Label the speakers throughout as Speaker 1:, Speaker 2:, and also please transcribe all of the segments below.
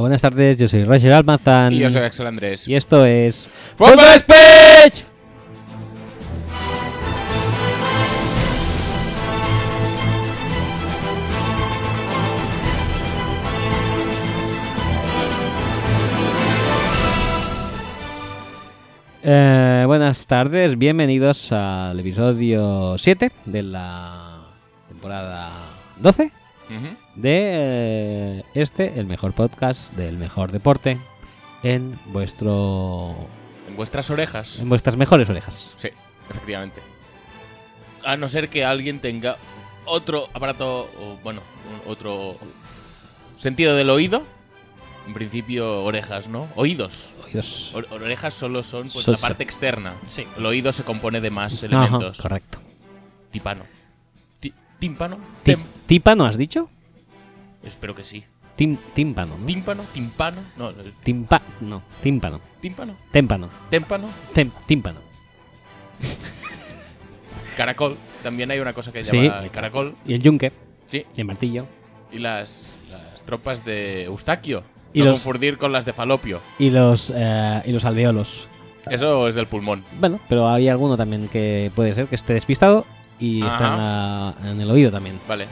Speaker 1: buenas tardes. Yo soy Roger Almazán.
Speaker 2: Y yo soy Axel Andrés.
Speaker 1: Y esto es.
Speaker 2: ¡Fútbol Speech!
Speaker 1: Eh, buenas tardes, bienvenidos al episodio 7 de la temporada 12
Speaker 2: Ujú.
Speaker 1: de eh, este, el mejor podcast del mejor deporte en vuestro
Speaker 2: En vuestras orejas.
Speaker 1: en vuestras mejores orejas.
Speaker 2: Sí, efectivamente. A no ser que alguien tenga otro aparato, o, bueno, un- otro sentido del oído. En principio, orejas, ¿no? Oídos.
Speaker 1: Oídos.
Speaker 2: O- orejas solo son pues,
Speaker 1: So-
Speaker 2: la parte externa.
Speaker 3: Sí.
Speaker 2: El oído se compone de más
Speaker 1: Ajá,
Speaker 2: elementos.
Speaker 1: correcto.
Speaker 2: Tipano. Ti- ¿Tímpano?
Speaker 1: Ti-
Speaker 2: Tem-
Speaker 1: ¿Tímpano has dicho?
Speaker 2: Espero que sí.
Speaker 1: Tim- tímpano, ¿no?
Speaker 2: ¿Tímpano? ¿Timpano? No, el-
Speaker 1: Timpa- no, tímpano.
Speaker 2: ¿tímpano?
Speaker 1: Témpano.
Speaker 2: ¿Témpano?
Speaker 1: Tem- tímpano.
Speaker 2: Caracol. También hay una cosa que se
Speaker 1: Sí.
Speaker 2: llama caracol.
Speaker 1: Y el yunque,
Speaker 2: Sí.
Speaker 1: y el martillo,
Speaker 2: Y las, las tropas de Eustaquio.
Speaker 1: Y
Speaker 2: no
Speaker 1: los-
Speaker 2: confundir con las de Falopio.
Speaker 1: y los, eh, y los alveolos.
Speaker 2: Eso es del pulmón.
Speaker 1: Bueno, pero hay alguno también que puede ser que esté despistado y
Speaker 2: Ajá.
Speaker 1: está en, la- en el oído también.
Speaker 2: Vale.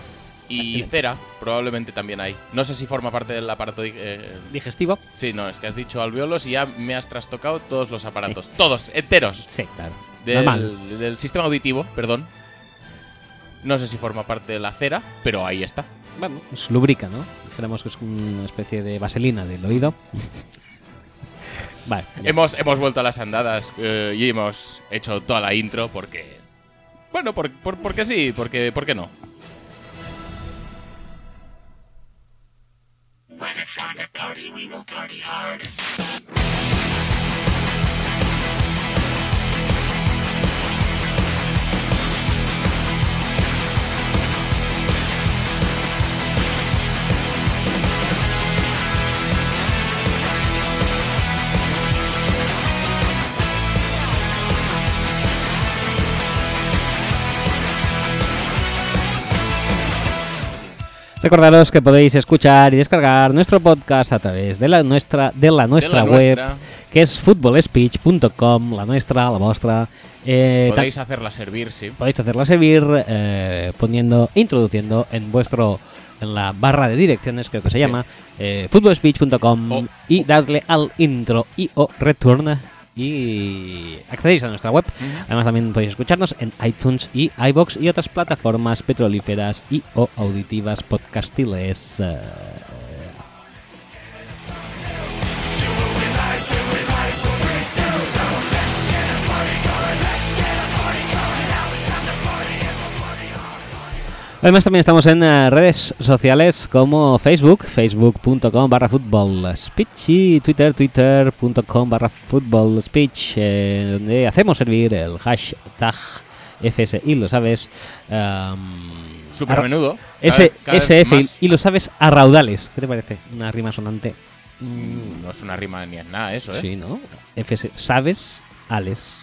Speaker 2: Y
Speaker 1: Excelente.
Speaker 2: cera, probablemente también hay. No sé si forma parte del aparato. di- eh,
Speaker 1: Digestivo.
Speaker 2: sí, no, es que has dicho alveolos y ya me has trastocado todos los aparatos. Todos, enteros.
Speaker 1: Sí, claro. Normal.
Speaker 2: Del, del sistema auditivo, perdón. No sé si forma parte de la cera, pero ahí está.
Speaker 1: Bueno, es lubrica, ¿no? Dijéramos que es una especie de vaselina del oído. vale. ya
Speaker 2: Hemos, hemos vuelto a las andadas eh, y hemos hecho toda la intro porque. Bueno, por- por- porque sí, porque, porque no.
Speaker 1: Recordaros que podéis escuchar y descargar nuestro podcast a través de la nuestra, de la nuestra
Speaker 2: la
Speaker 1: web,
Speaker 2: nuestra.
Speaker 1: que es futbolspeech.com, la nuestra, la vuestra. Eh, ta-
Speaker 2: Podéis hacerla servir, sí.
Speaker 1: podéis hacerla servir eh, poniendo, introduciendo en vuestro en la barra de direcciones creo que se
Speaker 2: Sí.
Speaker 1: llama eh, futbolspeech.com
Speaker 2: Oh.
Speaker 1: y darle al intro y o return y accedéis a nuestra web además también podéis escucharnos en iTunes y iBox y otras plataformas petrolíferas y o auditivas podcastiles eh, Además también estamos en eh, redes sociales como Facebook, facebook.com barra fútbol speech y Twitter, twitter.com barra fútbol speech, eh, donde hacemos servir el hashtag FS y lo sabes. ehm,
Speaker 2: Súper menudo.
Speaker 1: arra- S- SF y lo sabes a raudales. ¿Qué te parece? Una rima sonante. Mm,
Speaker 2: No es una rima ni es nada eso, ¿eh?
Speaker 1: Sí, ¿no? FS, sabes, ales.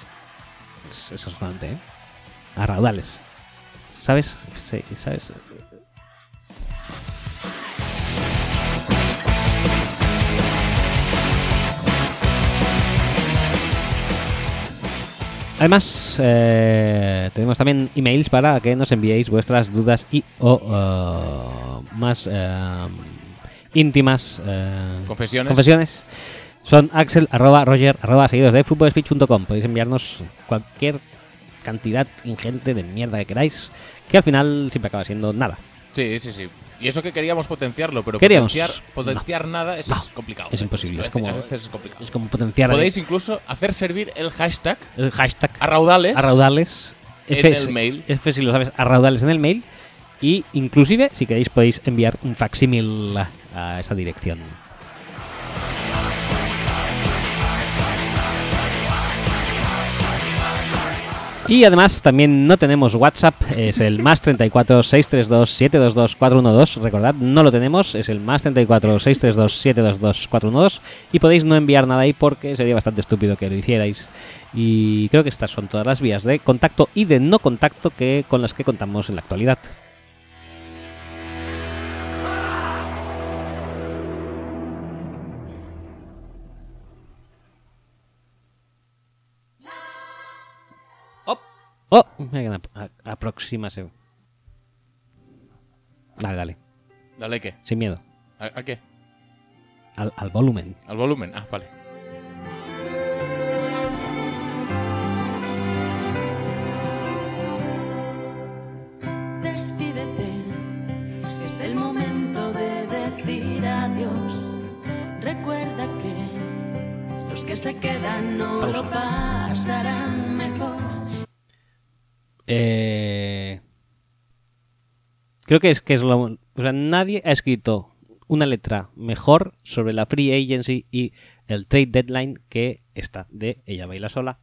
Speaker 1: Es, es sonante, ¿eh? A raudales. ¿Sabes? Sí, ¿sabes? Además, eh, tenemos también emails para que nos enviéis vuestras dudas y o eh, más eh, íntimas eh,
Speaker 2: Confesiones.
Speaker 1: confesiones. Son axel, arroba, roger, arroba, seguidos de futbolspeech.com. Podéis enviarnos cualquier cantidad ingente de mierda que queráis, que al final siempre acaba siendo nada.
Speaker 2: Sí, sí, sí. Y eso que queríamos potenciarlo, pero
Speaker 1: Queríamos.
Speaker 2: potenciar, potenciar nada es
Speaker 1: No,
Speaker 2: complicado.
Speaker 1: es imposible,
Speaker 2: A
Speaker 1: es
Speaker 2: veces-
Speaker 1: como-
Speaker 2: a veces es complicado.
Speaker 1: Es como potenciar
Speaker 2: Podéis incluso hacer servir el hashtag
Speaker 1: el hashtag
Speaker 2: arraudales.
Speaker 1: arraudales.
Speaker 2: En
Speaker 1: F,
Speaker 2: el mail.
Speaker 1: F, si lo sabes, arraudales en el mail. Y inclusive, si queréis, podéis enviar un facsímil a- a esa dirección. Y además también no tenemos WhatsApp, es el más 34 632 722 412, recordad, no lo tenemos, es el más 34 632 722 412 y podéis no enviar nada ahí porque sería bastante estúpido que lo hicierais. Y creo que estas son todas las vías de contacto y de no contacto que con las que contamos en la actualidad. Mira que Oh, ap- a- aproxímase. Dale, dale.
Speaker 2: Dale qué.
Speaker 1: Sin miedo.
Speaker 2: ¿A, a qué?
Speaker 1: Al, al volumen.
Speaker 2: Al volumen. Ah, vale.
Speaker 3: Despídete, es el momento de decir adiós. Recuerda que los que se quedan no
Speaker 1: Pausa.
Speaker 3: lo pasarán mejor.
Speaker 1: Eh, creo que es que es lo. O sea, nadie ha escrito una letra mejor sobre la free agency y el trade deadline que esta de Ella Baila Sola.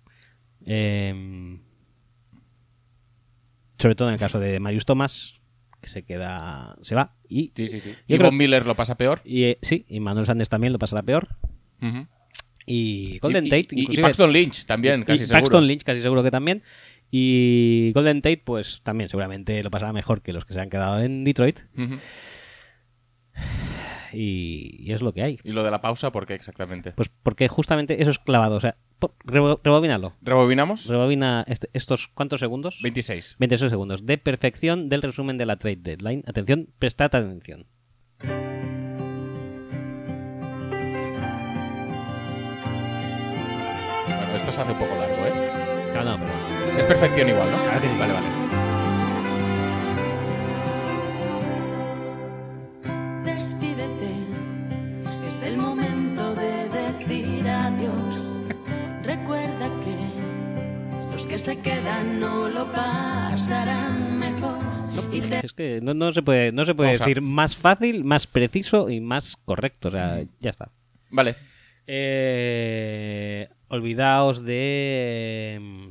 Speaker 1: Em, sobre todo en el caso de Marius Thomas, que se queda. se va. Y,
Speaker 2: Sí, sí, sí.
Speaker 1: Yo
Speaker 2: Y
Speaker 1: creo-
Speaker 2: Von Miller lo pasa peor.
Speaker 1: y, eh, sí, y Manuel Sanders también lo pasará peor.
Speaker 2: Ujú.
Speaker 1: Y Golden
Speaker 2: Y- y-
Speaker 1: Tate,
Speaker 2: y- y,
Speaker 1: inclusive,
Speaker 2: Paxton Lynch también,
Speaker 1: y-
Speaker 2: casi
Speaker 1: y
Speaker 2: seguro.
Speaker 1: Paxton Lynch, casi seguro que también. Y Golden Tate, pues también seguramente lo pasará mejor que los que se han quedado en Detroit.
Speaker 2: Ujú.
Speaker 1: Y, y es lo que hay.
Speaker 2: Y lo de la pausa, ¿por qué exactamente?
Speaker 1: Pues porque justamente eso es clavado. O sea, po- rebo- rebobínalo.
Speaker 2: ¿Rebobinamos?
Speaker 1: Rebobina este- estos cuántos segundos.
Speaker 2: 26.
Speaker 1: 26 segundos. De perfección del resumen de la trade deadline. Atención, prestad atención.
Speaker 2: Bueno, esto se hace un poco largo, ¿eh?
Speaker 1: No, Ah, no, pero-
Speaker 2: Es perfección igual, ¿no?
Speaker 1: Claro que sí.
Speaker 2: Vale, vale.
Speaker 3: Despídete, es el momento de decir adiós. Recuerda que los que se quedan no lo pasarán mejor. Y te
Speaker 1: Es que no, no se puede, no se puede
Speaker 2: Vamos a-
Speaker 1: decir más fácil, más preciso y más correcto. O sea, ya está.
Speaker 2: Vale.
Speaker 1: Eh, olvidaos de.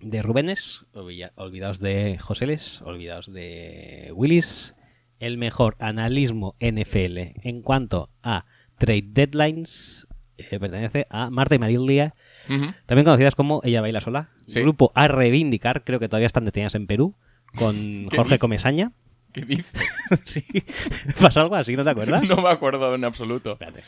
Speaker 1: de Rubénes, olvida- olvidaos de Joseles, olvidaos de Willis. El mejor analismo NFL en cuanto a trade deadlines eh, pertenece a Marta y Marilia,
Speaker 2: Ujú.
Speaker 1: también conocidas como Ella Baila Sola.
Speaker 2: Sí.
Speaker 1: Grupo a reivindicar, creo que todavía están detenidas en Perú, con
Speaker 2: ¿Qué
Speaker 1: Jorge
Speaker 2: dices?
Speaker 1: Comesaña.
Speaker 2: ¿Qué dices?
Speaker 1: sí, pasa algo así, ¿no te acuerdas?
Speaker 2: No me acuerdo en absoluto.
Speaker 1: Espérate,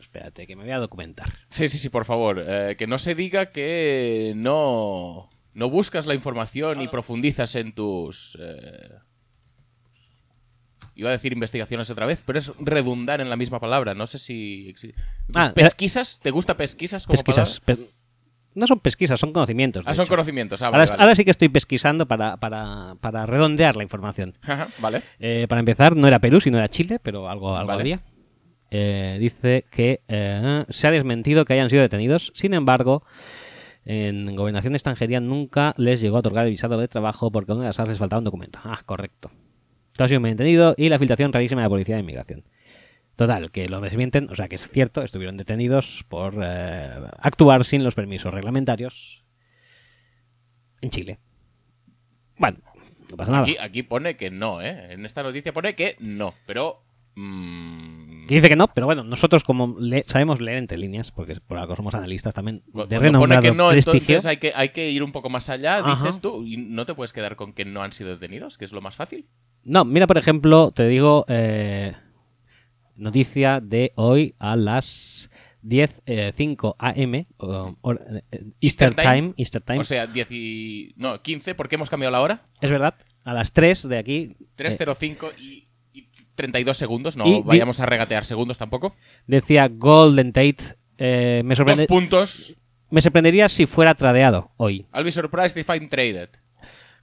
Speaker 1: espérate, que me voy a documentar.
Speaker 2: Sí, sí, sí, por favor. eh, que no se diga que no, no buscas la información y profundizas en tus... eh, Iba a decir investigaciones otra vez, pero es redundar en la misma palabra. No sé si... exi-
Speaker 1: Ah,
Speaker 2: ¿Pesquisas? ¿Te gusta pesquisas como
Speaker 1: pesquisas.
Speaker 2: palabra?
Speaker 1: pe- no son pesquisas, son conocimientos. de
Speaker 2: Ah, son
Speaker 1: hecho.
Speaker 2: conocimientos. Ah,
Speaker 1: ahora,
Speaker 2: vale, vale.
Speaker 1: ahora sí que estoy pesquisando para, para, para redondear la información.
Speaker 2: Ajá, vale.
Speaker 1: Eh, para empezar, no era Perú, sino era Chile, pero algo, algo
Speaker 2: Vale.
Speaker 1: había. Eh, dice que eh, se ha desmentido que hayan sido detenidos. Sin embargo, en Gobernación extranjería nunca les llegó a otorgar el visado de trabajo porque a una de las alas les faltaba un documento. Ah, correcto. Todo ha sido un malentendido y la filtración rarísima de la Policía de Inmigración. Total, que lo desmienten, o sea que es cierto, estuvieron detenidos por eh, actuar sin los permisos reglamentarios en Chile. Bueno, no pasa nada.
Speaker 2: Aquí, aquí pone que no, ¿eh? En esta noticia pone que no, pero... mm,
Speaker 1: Que dice que no, pero bueno, nosotros como le- sabemos leer entre líneas, porque por algo somos analistas también
Speaker 2: cu-
Speaker 1: de
Speaker 2: Pues cuando pone
Speaker 1: renombrado
Speaker 2: que no,
Speaker 1: prestigio.
Speaker 2: entonces hay que, hay que ir un poco más allá,
Speaker 1: Ajá.
Speaker 2: dices tú, y no te puedes quedar con que no han sido detenidos, que es lo más fácil.
Speaker 1: No, mira, por ejemplo, te digo eh, noticia de hoy a las eh, 10.05 AM, o- o- eh, Easter
Speaker 2: Easter time.
Speaker 1: Time, Easter Time.
Speaker 2: O sea, 10 y... No, 15, porque hemos cambiado la hora.
Speaker 1: es verdad, a las 3 de aquí eh,
Speaker 2: 3.05 y, y 32 segundos, no
Speaker 1: y di-
Speaker 2: vayamos a regatear segundos tampoco.
Speaker 1: decía Golden Tate, eh, me,
Speaker 2: Dos
Speaker 1: sorprende-
Speaker 2: puntos.
Speaker 1: me sorprendería si fuera tradeado hoy.
Speaker 2: I'll be surprised if I'm traded.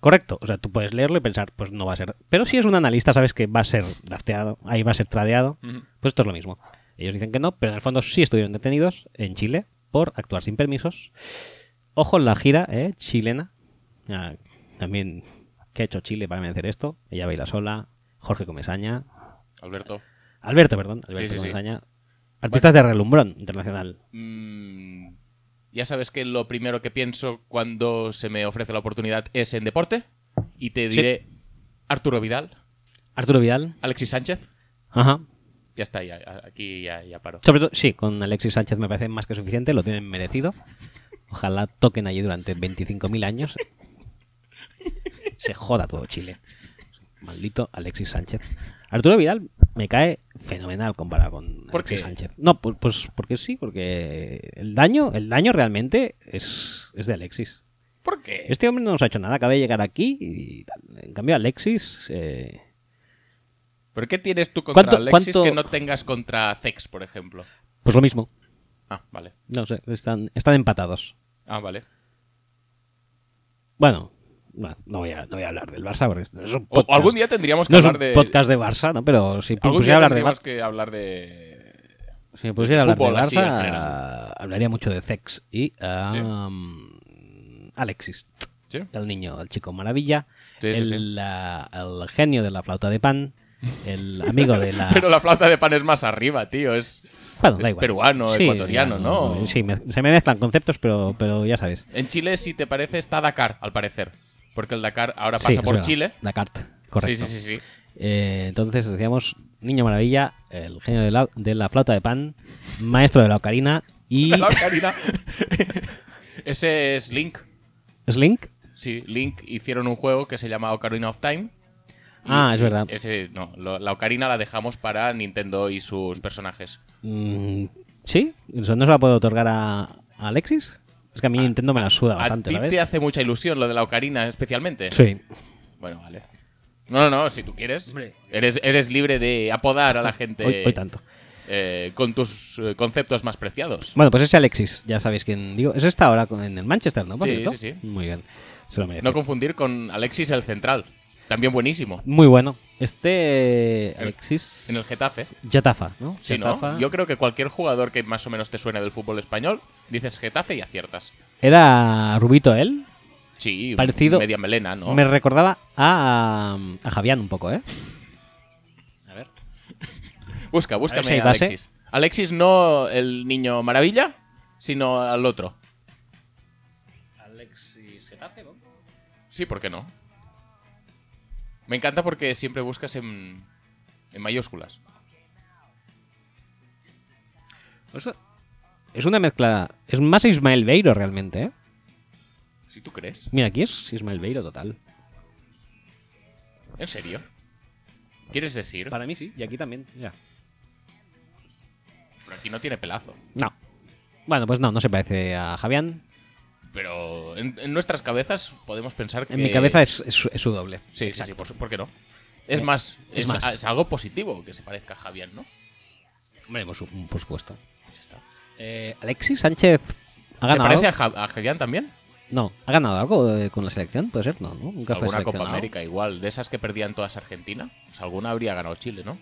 Speaker 1: Correcto, o sea, tú puedes leerlo y pensar, pues no va a ser. Pero si es un analista, sabes que va a ser drafteado, ahí va a ser tradeado. Pues esto es lo mismo. Ellos dicen que no, pero en el fondo sí estuvieron detenidos en Chile por actuar sin permisos. Ojo en la gira ¿eh? chilena. Ah, también, ¿qué ha hecho Chile para merecer esto? Ella baila sola, Jorge Comesaña,
Speaker 2: Alberto.
Speaker 1: Alberto, perdón, Alberto
Speaker 2: sí, sí.
Speaker 1: Comesaña. Artistas de relumbrón internacional.
Speaker 2: Mm, ya sabes que lo primero que pienso cuando se me ofrece la oportunidad es en deporte. Y te
Speaker 1: Sí.
Speaker 2: diré Arturo Vidal,
Speaker 1: Arturo Vidal.
Speaker 2: Alexis Sánchez.
Speaker 1: Ajá.
Speaker 2: Ya está, ya- ya- aquí ya, ya paro.
Speaker 1: Sobre todo, sí, con Alexis Sánchez me parece más que suficiente, lo tienen merecido. Ojalá toquen allí durante 25.000 años. Se joda todo Chile. Maldito Alexis Sánchez. Arturo Vidal me cae fenomenal comparado con
Speaker 2: ¿Por
Speaker 1: Alexis
Speaker 2: qué?
Speaker 1: Sánchez. No, pues, pues porque sí, porque el daño, el daño realmente es, es de Alexis.
Speaker 2: ¿Por qué?
Speaker 1: Este hombre no nos ha hecho nada, acaba de llegar aquí y tal. En cambio, Alexis. eh,
Speaker 2: ¿Por qué tienes tú contra
Speaker 1: ¿Cuánto-
Speaker 2: Alexis
Speaker 1: cuánto-
Speaker 2: que no tengas contra Zex, por ejemplo?
Speaker 1: pues lo mismo.
Speaker 2: Ah, vale.
Speaker 1: No sé, están, están empatados.
Speaker 2: Ah, vale.
Speaker 1: Bueno, bueno, no, voy a, no voy a hablar del Barça porque esto es un
Speaker 2: O, o
Speaker 1: podcast.
Speaker 2: algún día tendríamos que
Speaker 1: no es un
Speaker 2: hablar de.
Speaker 1: podcast de Barça, ¿no? Pero si
Speaker 2: algún
Speaker 1: pusiera
Speaker 2: día
Speaker 1: a hablar de
Speaker 2: tendríamos
Speaker 1: Barça,
Speaker 2: que hablar de.
Speaker 1: si me pusiera a hablar de
Speaker 2: fútbol así, en
Speaker 1: Barça,
Speaker 2: general.
Speaker 1: hablaría mucho de Zex y um, Alexis.
Speaker 2: ¿Sí?
Speaker 1: El niño, el chico maravilla,
Speaker 2: Sí, sí,
Speaker 1: el,
Speaker 2: sí.
Speaker 1: la- el genio de la flauta de pan, el amigo de la...
Speaker 2: Pero la flauta de pan es más arriba, tío. Es,
Speaker 1: Bueno, da
Speaker 2: es
Speaker 1: igual.
Speaker 2: peruano,
Speaker 1: Sí,
Speaker 2: ecuatoriano,
Speaker 1: ya,
Speaker 2: ¿no?
Speaker 1: Sí, me- se me mezclan conceptos, pero, pero ya sabes.
Speaker 2: En Chile, si te parece, está Dakar, al parecer. Porque el Dakar ahora
Speaker 1: Sí,
Speaker 2: pasa
Speaker 1: es
Speaker 2: por
Speaker 1: verdad.
Speaker 2: Chile.
Speaker 1: La carta, correcto.
Speaker 2: Sí, sí, sí, sí.
Speaker 1: Eh, entonces decíamos Niño Maravilla, el genio de la, de la flauta de pan, maestro de la ocarina y
Speaker 2: La Ocarina. Ese es Link.
Speaker 1: Slink.
Speaker 2: Sí, Link hicieron un juego que se llama Ocarina of Time.
Speaker 1: Ah, es verdad.
Speaker 2: Ese, no, lo- la Ocarina la dejamos para Nintendo y sus personajes.
Speaker 1: Mm, ¿Sí? ¿Eso no se la puedo otorgar a, a Alexis? Es que a mí Nintendo me la suda bastante,
Speaker 2: a ti
Speaker 1: ¿sabes?
Speaker 2: te hace mucha ilusión lo de la Ocarina, especialmente.
Speaker 1: Sí.
Speaker 2: Bueno, vale. No, no, no, si tú quieres.
Speaker 1: Hombre.
Speaker 2: Eres, eres libre de apodar a la gente
Speaker 1: Hoy, hoy tanto.
Speaker 2: eh, con tus eh, conceptos más preciados.
Speaker 1: Bueno, pues ese Alexis, ya sabéis quién digo. Ese está ahora con- en el Manchester, ¿no? Por
Speaker 2: Sí,
Speaker 1: cierto.
Speaker 2: sí, sí.
Speaker 1: Muy bien. Se lo merece.
Speaker 2: No confundir con Alexis el Central. También buenísimo.
Speaker 1: Muy bueno. Este Alexis.
Speaker 2: en el Getafe.
Speaker 1: Getafa, ¿no?
Speaker 2: Sí,
Speaker 1: Getafa.
Speaker 2: ¿no? Yo creo que cualquier jugador que más o menos te suene del fútbol español, dices Getafe y aciertas.
Speaker 1: Era Rubito él.
Speaker 2: Sí,
Speaker 1: Parecido.
Speaker 2: media melena, ¿no?
Speaker 1: Me recordaba a, a Javián un poco, ¿eh?
Speaker 2: Busca,
Speaker 1: A ver si hay
Speaker 2: búscame a
Speaker 1: base.
Speaker 2: Alexis. Alexis no el niño maravilla, sino al otro.
Speaker 1: Alexis Getafe, ¿no?
Speaker 2: Sí, ¿por qué no? Me encanta porque siempre buscas en, en mayúsculas.
Speaker 1: es una mezcla. Es más Ismael Beiro realmente, ¿eh?
Speaker 2: Si tú crees.
Speaker 1: Mira, aquí es Ismael Beiro total.
Speaker 2: ¿En serio? ¿Quieres decir?
Speaker 1: Para mí sí, y aquí también. Ya.
Speaker 2: Pero aquí no tiene pelazo.
Speaker 1: No. Bueno, pues no, no se parece a Javián.
Speaker 2: Pero en, en nuestras cabezas podemos pensar que...
Speaker 1: En mi cabeza es, es su- es su doble.
Speaker 2: Sí, sí, sí,
Speaker 1: Exacto. Eh,
Speaker 2: por, su- ¿por qué no? Es más,
Speaker 1: es
Speaker 2: es,
Speaker 1: más.
Speaker 2: es algo positivo que se parezca a Javier, ¿no?
Speaker 1: Hombre, por, su- por supuesto.
Speaker 2: Pues está.
Speaker 1: Eh, Alexis Sánchez ha
Speaker 2: ¿Se
Speaker 1: ganado.
Speaker 2: parece a,
Speaker 1: algo?
Speaker 2: Ja- a Javier también?
Speaker 1: No, ¿ha ganado algo eh, con la selección? Puede ser, no, ¿no? Nunca fue
Speaker 2: Alguna Copa
Speaker 1: seleccionado.
Speaker 2: América igual, de esas que perdían todas Argentina. Pues alguna habría ganado Chile, ¿no?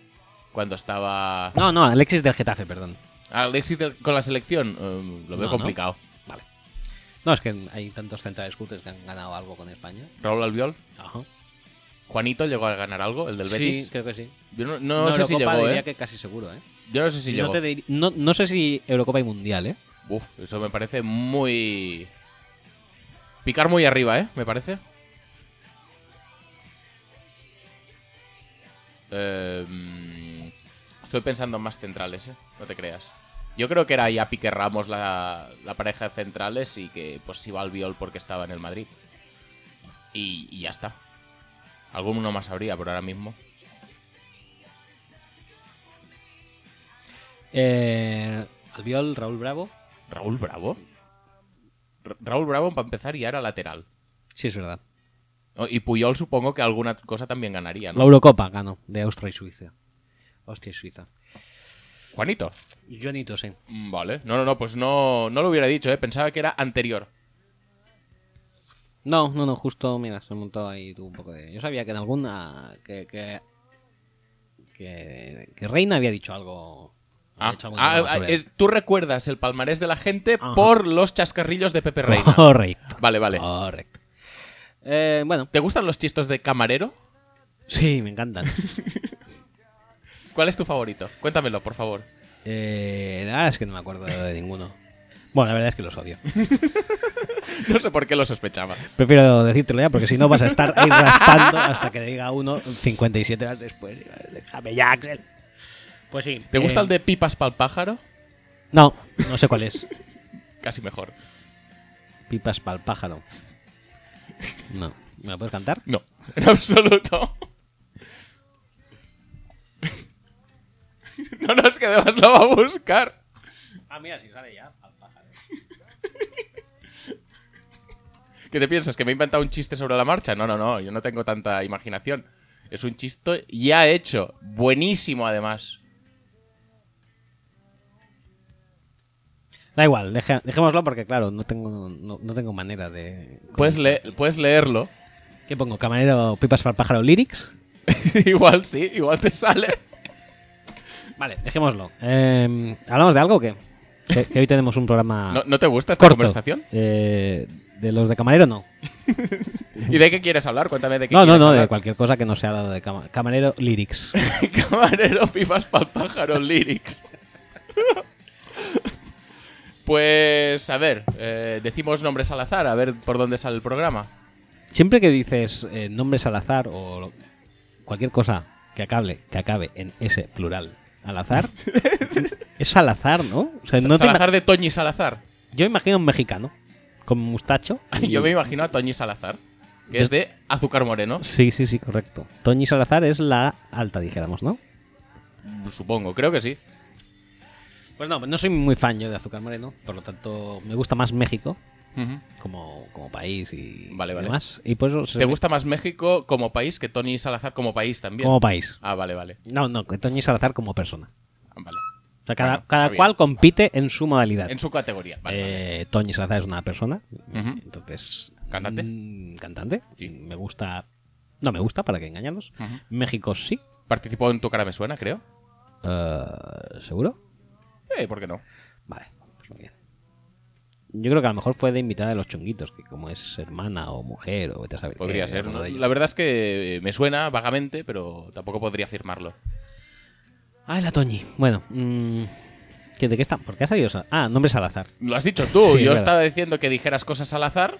Speaker 2: Cuando estaba...
Speaker 1: No, no, Alexis del Getafe, perdón.
Speaker 2: Alexis del- con la selección, eh, lo veo
Speaker 1: No, ¿no?
Speaker 2: complicado.
Speaker 1: Vale. No, es que hay tantos centrales cultos que han ganado algo con España.
Speaker 2: Raúl Albiol,
Speaker 1: Ajá.
Speaker 2: Juanito llegó a ganar algo, el del
Speaker 1: Sí,
Speaker 2: Betis.
Speaker 1: creo que sí.
Speaker 2: Yo no, no sé si
Speaker 1: Eurocopa
Speaker 2: llegó,
Speaker 1: diría
Speaker 2: ¿eh?
Speaker 1: que casi seguro, ¿eh?
Speaker 2: Yo no sé si
Speaker 1: no,
Speaker 2: llegó.
Speaker 1: te dir- no- no sé si Eurocopa y Mundial, ¿eh?
Speaker 2: Uf, eso me parece muy... Picar muy arriba, ¿eh? Me parece. Eh, mm, estoy pensando en más centrales, ¿eh? No te creas. Yo creo que era ya Pique Ramos la, la pareja de centrales y que pues iba al viol porque estaba en el Madrid. Y, y ya está. Alguno más habría, pero ahora mismo.
Speaker 1: Eh, Albiol, Raúl Bravo.
Speaker 2: Raúl Bravo. Ra- Raúl Bravo para empezar ya era lateral.
Speaker 1: Sí, es verdad.
Speaker 2: Oh, Y Puyol supongo que alguna cosa también ganaría, ¿no?
Speaker 1: La Eurocopa ganó de Austria y Suiza. Austria y Suiza.
Speaker 2: Juanito.
Speaker 1: Juanito, sí.
Speaker 2: Mm, Vale. No, no, no, pues no, no lo hubiera dicho, ¿eh? Pensaba que era anterior.
Speaker 1: No, no, no, justo, mira, se montó ahí tú un poco de... Yo sabía que en alguna... que... que, que, que Reina había dicho algo... había
Speaker 2: Ah,
Speaker 1: hecho algún
Speaker 2: ah,
Speaker 1: llamado
Speaker 2: ah,
Speaker 1: sobre
Speaker 2: es- tú recuerdas el palmarés de la gente
Speaker 1: Ajá.
Speaker 2: por los chascarrillos de Pepe
Speaker 1: él.
Speaker 2: Reina.
Speaker 1: Correcto.
Speaker 2: Vale, vale.
Speaker 1: Ah. Correcto. Eh, bueno,
Speaker 2: ¿Te gustan los chistos de camarero?
Speaker 1: sí, me encantan.
Speaker 2: ¿Cuál es tu favorito? Cuéntamelo, por favor.
Speaker 1: Eh, la verdad es que no me acuerdo de ninguno. Bueno, la verdad es que los odio.
Speaker 2: No sé por qué lo sospechaba.
Speaker 1: Prefiero decírtelo ya, porque si no vas a estar ahí raspando hasta que diga uno 57 horas después. Déjame ya, Axel. Pues sí.
Speaker 2: ¿Te gusta
Speaker 1: eh,
Speaker 2: el de pipas pa'l pájaro?
Speaker 1: No, no sé cuál es.
Speaker 2: Casi mejor.
Speaker 1: Pipas pa'l pájaro. No. ¿Me lo puedes cantar?
Speaker 2: No, en absoluto. No, no, es que además lo va a buscar.
Speaker 1: Ah, mira, si sale ya, pa'l pájaro.
Speaker 2: ¿Qué te piensas? ¿Que me he inventado un chiste sobre la marcha? No, no, no, yo no tengo tanta imaginación. Es un chiste ya hecho. Buenísimo, además.
Speaker 1: Da igual, deje- dejémoslo porque, claro, no tengo, no, no tengo manera de.
Speaker 2: Puedes, le- puedes leerlo.
Speaker 1: ¿Qué pongo? ¿Camarero Pipas para el Pájaro Lyrics?
Speaker 2: igual sí, igual te sale.
Speaker 1: Vale, dejémoslo. Eh, ¿Hablamos de algo o qué? Que, que hoy tenemos un programa.
Speaker 2: ¿No, no te gusta esta
Speaker 1: Ah. corto.
Speaker 2: conversación?
Speaker 1: Eh, de los de camarero, no.
Speaker 2: ¿Y de qué quieres hablar? Cuéntame de qué
Speaker 1: No, no,
Speaker 2: quieres
Speaker 1: no, de
Speaker 2: hablar.
Speaker 1: cualquier cosa que no sea dado de cama- camarero lyrics.
Speaker 2: Camarero, pipas pal pájaro, lyrics. Pues, a ver, eh, decimos nombres al azar, a ver por dónde sale el programa.
Speaker 1: Siempre que dices eh, nombres al azar o lo- cualquier cosa que acabe, que acabe en ese plural al azar, es al azar, ¿no? O sea, no te
Speaker 2: Salazar de Toñi Salazar.
Speaker 1: ima- Yo imagino un mexicano con mustacho. y-
Speaker 2: Yo me imagino a Toñi Salazar, que es de Azúcar Moreno,
Speaker 1: Sí, sí, sí, correcto. Toñi Salazar es la alta, dijéramos, ¿no?
Speaker 2: supongo, creo que sí.
Speaker 1: Pues no, no soy muy fan yo de Azúcar Moreno, por lo tanto me gusta más México
Speaker 2: Ujú.
Speaker 1: como, como país y,
Speaker 2: Vale,
Speaker 1: y
Speaker 2: vale.
Speaker 1: demás. Y por eso se
Speaker 2: ¿Te
Speaker 1: me-
Speaker 2: gusta más México como país que Toñi Salazar como país también?
Speaker 1: como país.
Speaker 2: Ah, vale, vale.
Speaker 1: No, no, que Toñi Salazar como persona.
Speaker 2: Ah, vale.
Speaker 1: O sea, cada,
Speaker 2: Bueno, está
Speaker 1: cada
Speaker 2: bien.
Speaker 1: cual compite en su modalidad.
Speaker 2: En su categoría, vale. vale.
Speaker 1: Eh, Toñi Salazar es una persona,
Speaker 2: Eh, Ujú.
Speaker 1: entonces...
Speaker 2: ¿Cantante?
Speaker 1: mm, cantante.
Speaker 2: Sí.
Speaker 1: Me gusta... No me gusta, para que engañarnos.
Speaker 2: Ujú.
Speaker 1: México sí,
Speaker 2: Participó en Tu cara me suena, creo.
Speaker 1: eh, seguro.
Speaker 2: Eh, ¿por qué no?
Speaker 1: Vale, pues muy bien. Yo creo que a lo mejor fue de invitada de los chunguitos, que como es hermana o mujer o vete a saber. qué,
Speaker 2: Podría ser.
Speaker 1: alguno
Speaker 2: ¿no?
Speaker 1: de ellos.
Speaker 2: La verdad es que eh, me suena vagamente, pero tampoco podría afirmarlo.
Speaker 1: Ay, Ah, la Toñi. Bueno, mmm, ¿de qué está? ¿Por qué ha salido? esa- Ah, nombres al azar.
Speaker 2: Lo has dicho tú.
Speaker 1: Sí,
Speaker 2: Yo
Speaker 1: es
Speaker 2: estaba diciendo que dijeras cosas al azar.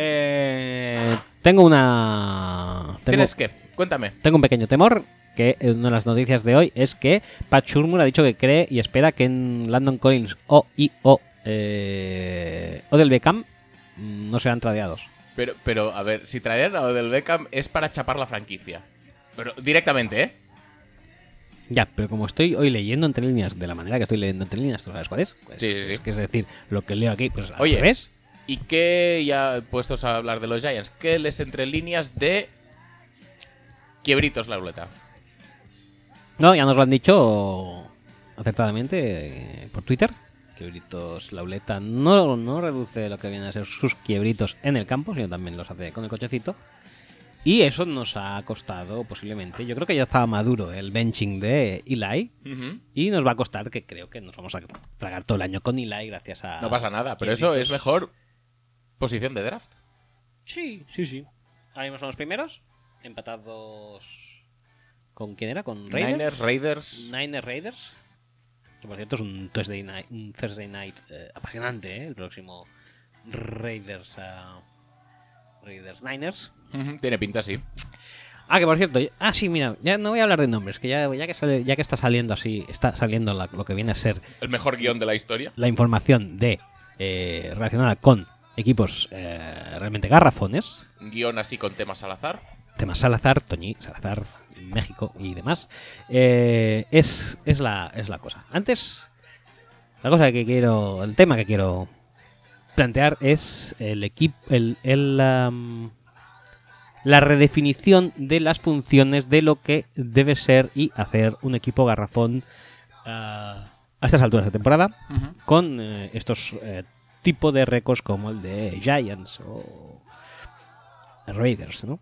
Speaker 1: Eh, tengo una. Tengo,
Speaker 2: Ah. Tienes que. Cuéntame.
Speaker 1: tengo un pequeño temor. Que eh, una de las noticias de hoy es que Pat Shurmur ha dicho que cree y espera que en Landon Collins o y o, eh, o del Beckham mm, no serán tradeados.
Speaker 2: Pero, pero a ver, si traer a del Beckham es para chapar la franquicia. Pero directamente, ¿eh?
Speaker 1: Ya, pero como estoy hoy leyendo entre líneas, de la manera que estoy leyendo entre líneas, ¿tú sabes cuál es? Pues,
Speaker 2: Sí, sí, sí.
Speaker 1: Es, que es decir, lo que leo aquí, pues al
Speaker 2: Oye.
Speaker 1: revés.
Speaker 2: ¿Y qué, ya puestos a hablar de los Giants, qué les entre líneas de. Quiebritos la ruleta?
Speaker 1: No, ya nos lo han dicho acertadamente eh, por Twitter. Quiebritos, la uleta no, no reduce lo que vienen a ser sus quiebritos en el campo, sino también los hace con el cochecito. Y eso nos ha costado posiblemente, yo creo que ya estaba maduro el benching de Eli.
Speaker 2: Ujú.
Speaker 1: Y nos va a costar, que creo que nos vamos a tragar todo el año con Eli gracias a...
Speaker 2: Ah, No pasa nada, pero eso
Speaker 1: Quiebritos.
Speaker 2: es mejor posición de draft.
Speaker 1: Sí, sí, sí. Ahora mismo son los primeros. Empatados. ¿Con quién era? ¿Con Raiders?
Speaker 2: Niners, Raiders.
Speaker 1: Niners Raiders. Que por cierto es un Thursday night, un Thursday night eh, apasionante, ¿eh? El próximo Raiders. ah, Raiders Niners.
Speaker 2: Ujú, Tiene pinta así.
Speaker 1: Ah, que por cierto. yo- Ah, sí, mira. Ya no voy a hablar de nombres. Que ya, ya, que, sale- ya que está saliendo así. Está saliendo la- lo que viene a ser
Speaker 2: El mejor guión de la historia.
Speaker 1: la información de eh, relacionada con equipos eh, realmente garrafones.
Speaker 2: guión así con temas al azar.
Speaker 1: temas Salazar, Toñi, Salazar, México y demás, eh, es, es, la, es la cosa. Antes, la cosa que quiero, el tema que quiero plantear es el equipo, el, el, am, la redefinición de las funciones de lo que debe ser y hacer un equipo garrafón ah, a estas alturas de temporada con eh, estos eh, tipo de récords como el de Giants o Raiders, ¿no?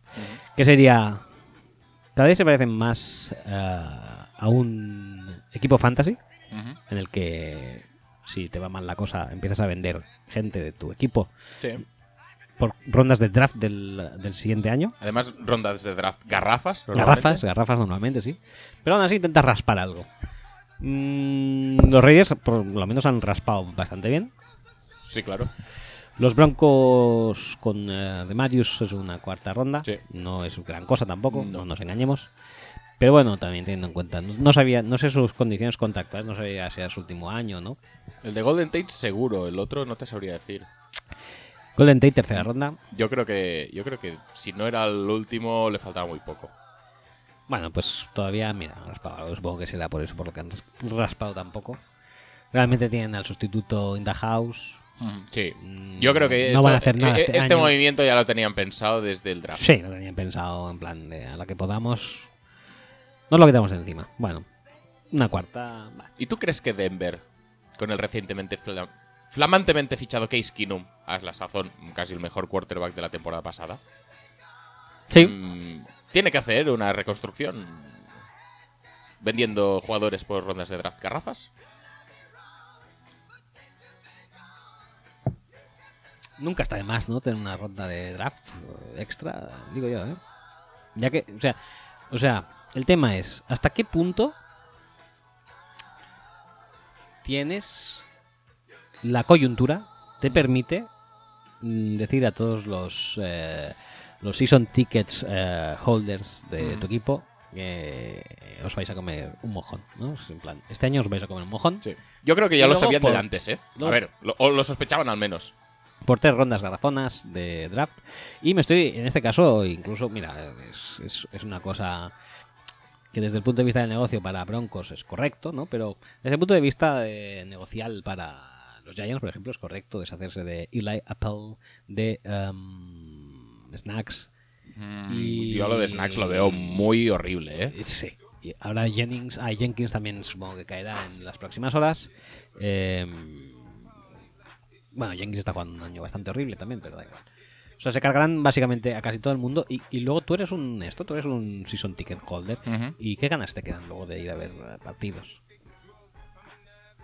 Speaker 1: Que sería. Cada vez se parecen más eh, a un equipo fantasy en el que si te va mal la cosa empiezas a vender gente de tu equipo
Speaker 2: Sí.
Speaker 1: por rondas de draft del, del siguiente año.
Speaker 2: Además, rondas de draft. Garrafas. normalmente.
Speaker 1: Garrafas, garrafas normalmente, sí. Pero aún así intentas raspar algo. Mm, los Raiders por lo menos han raspado bastante bien.
Speaker 2: Sí, claro.
Speaker 1: Los Broncos con eh, de Marius es una cuarta ronda.
Speaker 2: Sí.
Speaker 1: No es gran cosa tampoco, no.
Speaker 2: No.
Speaker 1: nos engañemos. Pero bueno, también teniendo en cuenta, no, no sabía, no sé sus condiciones contractuales, no sabía si era su último año, ¿no?
Speaker 2: El de Golden Tate seguro, el otro no te sabría decir.
Speaker 1: Golden Tate tercera ronda.
Speaker 2: Yo creo que yo creo que si no era el último le faltaba muy poco.
Speaker 1: Bueno, pues todavía, mira, han raspado algo, supongo que será por eso por lo que han ras- raspado tampoco. Realmente tienen al sustituto in the house,
Speaker 2: Ujú, Mm. Sí. Yo creo que
Speaker 1: No
Speaker 2: esto-
Speaker 1: van a hacer nada
Speaker 2: e- e-
Speaker 1: este
Speaker 2: Este,
Speaker 1: año.
Speaker 2: movimiento ya lo tenían pensado desde el draft.
Speaker 1: Sí, lo tenían pensado en plan de a la que podamos. Nos lo quitamos de encima. Bueno, una cuarta. va.
Speaker 2: ¿Y tú crees que Denver, con el recientemente fla- flamantemente fichado Case Keenum, a la sazón casi el mejor quarterback de la temporada pasada,
Speaker 1: Sí,
Speaker 2: mm, tiene que hacer una reconstrucción vendiendo jugadores por rondas de draft garrafas?
Speaker 1: nunca está de más, ¿no? Tener una ronda de draft eh, extra, digo yo, ¿eh? Ya que, o sea, o sea, el tema es, ¿hasta qué punto tienes la coyuntura, te permite mm, decir a todos los, eh, los season tickets eh, holders de tu equipo que os vais a comer un mojón, ¿no? Es En plan, este año os vais a comer un mojón
Speaker 2: Yo creo que
Speaker 1: Y
Speaker 2: ya lo
Speaker 1: luego
Speaker 2: sabían
Speaker 1: por-
Speaker 2: de antes, ¿eh?
Speaker 1: luego-
Speaker 2: A ver, lo- o lo sospechaban al menos.
Speaker 1: por tres rondas garrafonas de draft. Y me estoy, en este caso, incluso, mira, es, es- es una cosa que desde el punto de vista del negocio para Broncos es correcto, ¿no? Pero desde el punto de vista eh, negocial para los Giants, por ejemplo, es correcto deshacerse de Eli Apple, de em, Snacks. Y-
Speaker 2: Yo lo de Snacks lo veo muy horrible, ¿eh?
Speaker 1: Sí. Y ahora Jennings, ah, Jenkins también supongo que caerá en las próximas horas. Em, bueno, Jenkins está jugando un año bastante horrible también, pero da igual. O sea, se cargarán básicamente a casi todo el mundo. Y, y luego tú eres un esto, tú eres un season ticket holder.
Speaker 2: Ujú.
Speaker 1: ¿Y qué ganas te quedan luego de ir a ver eh, partidos?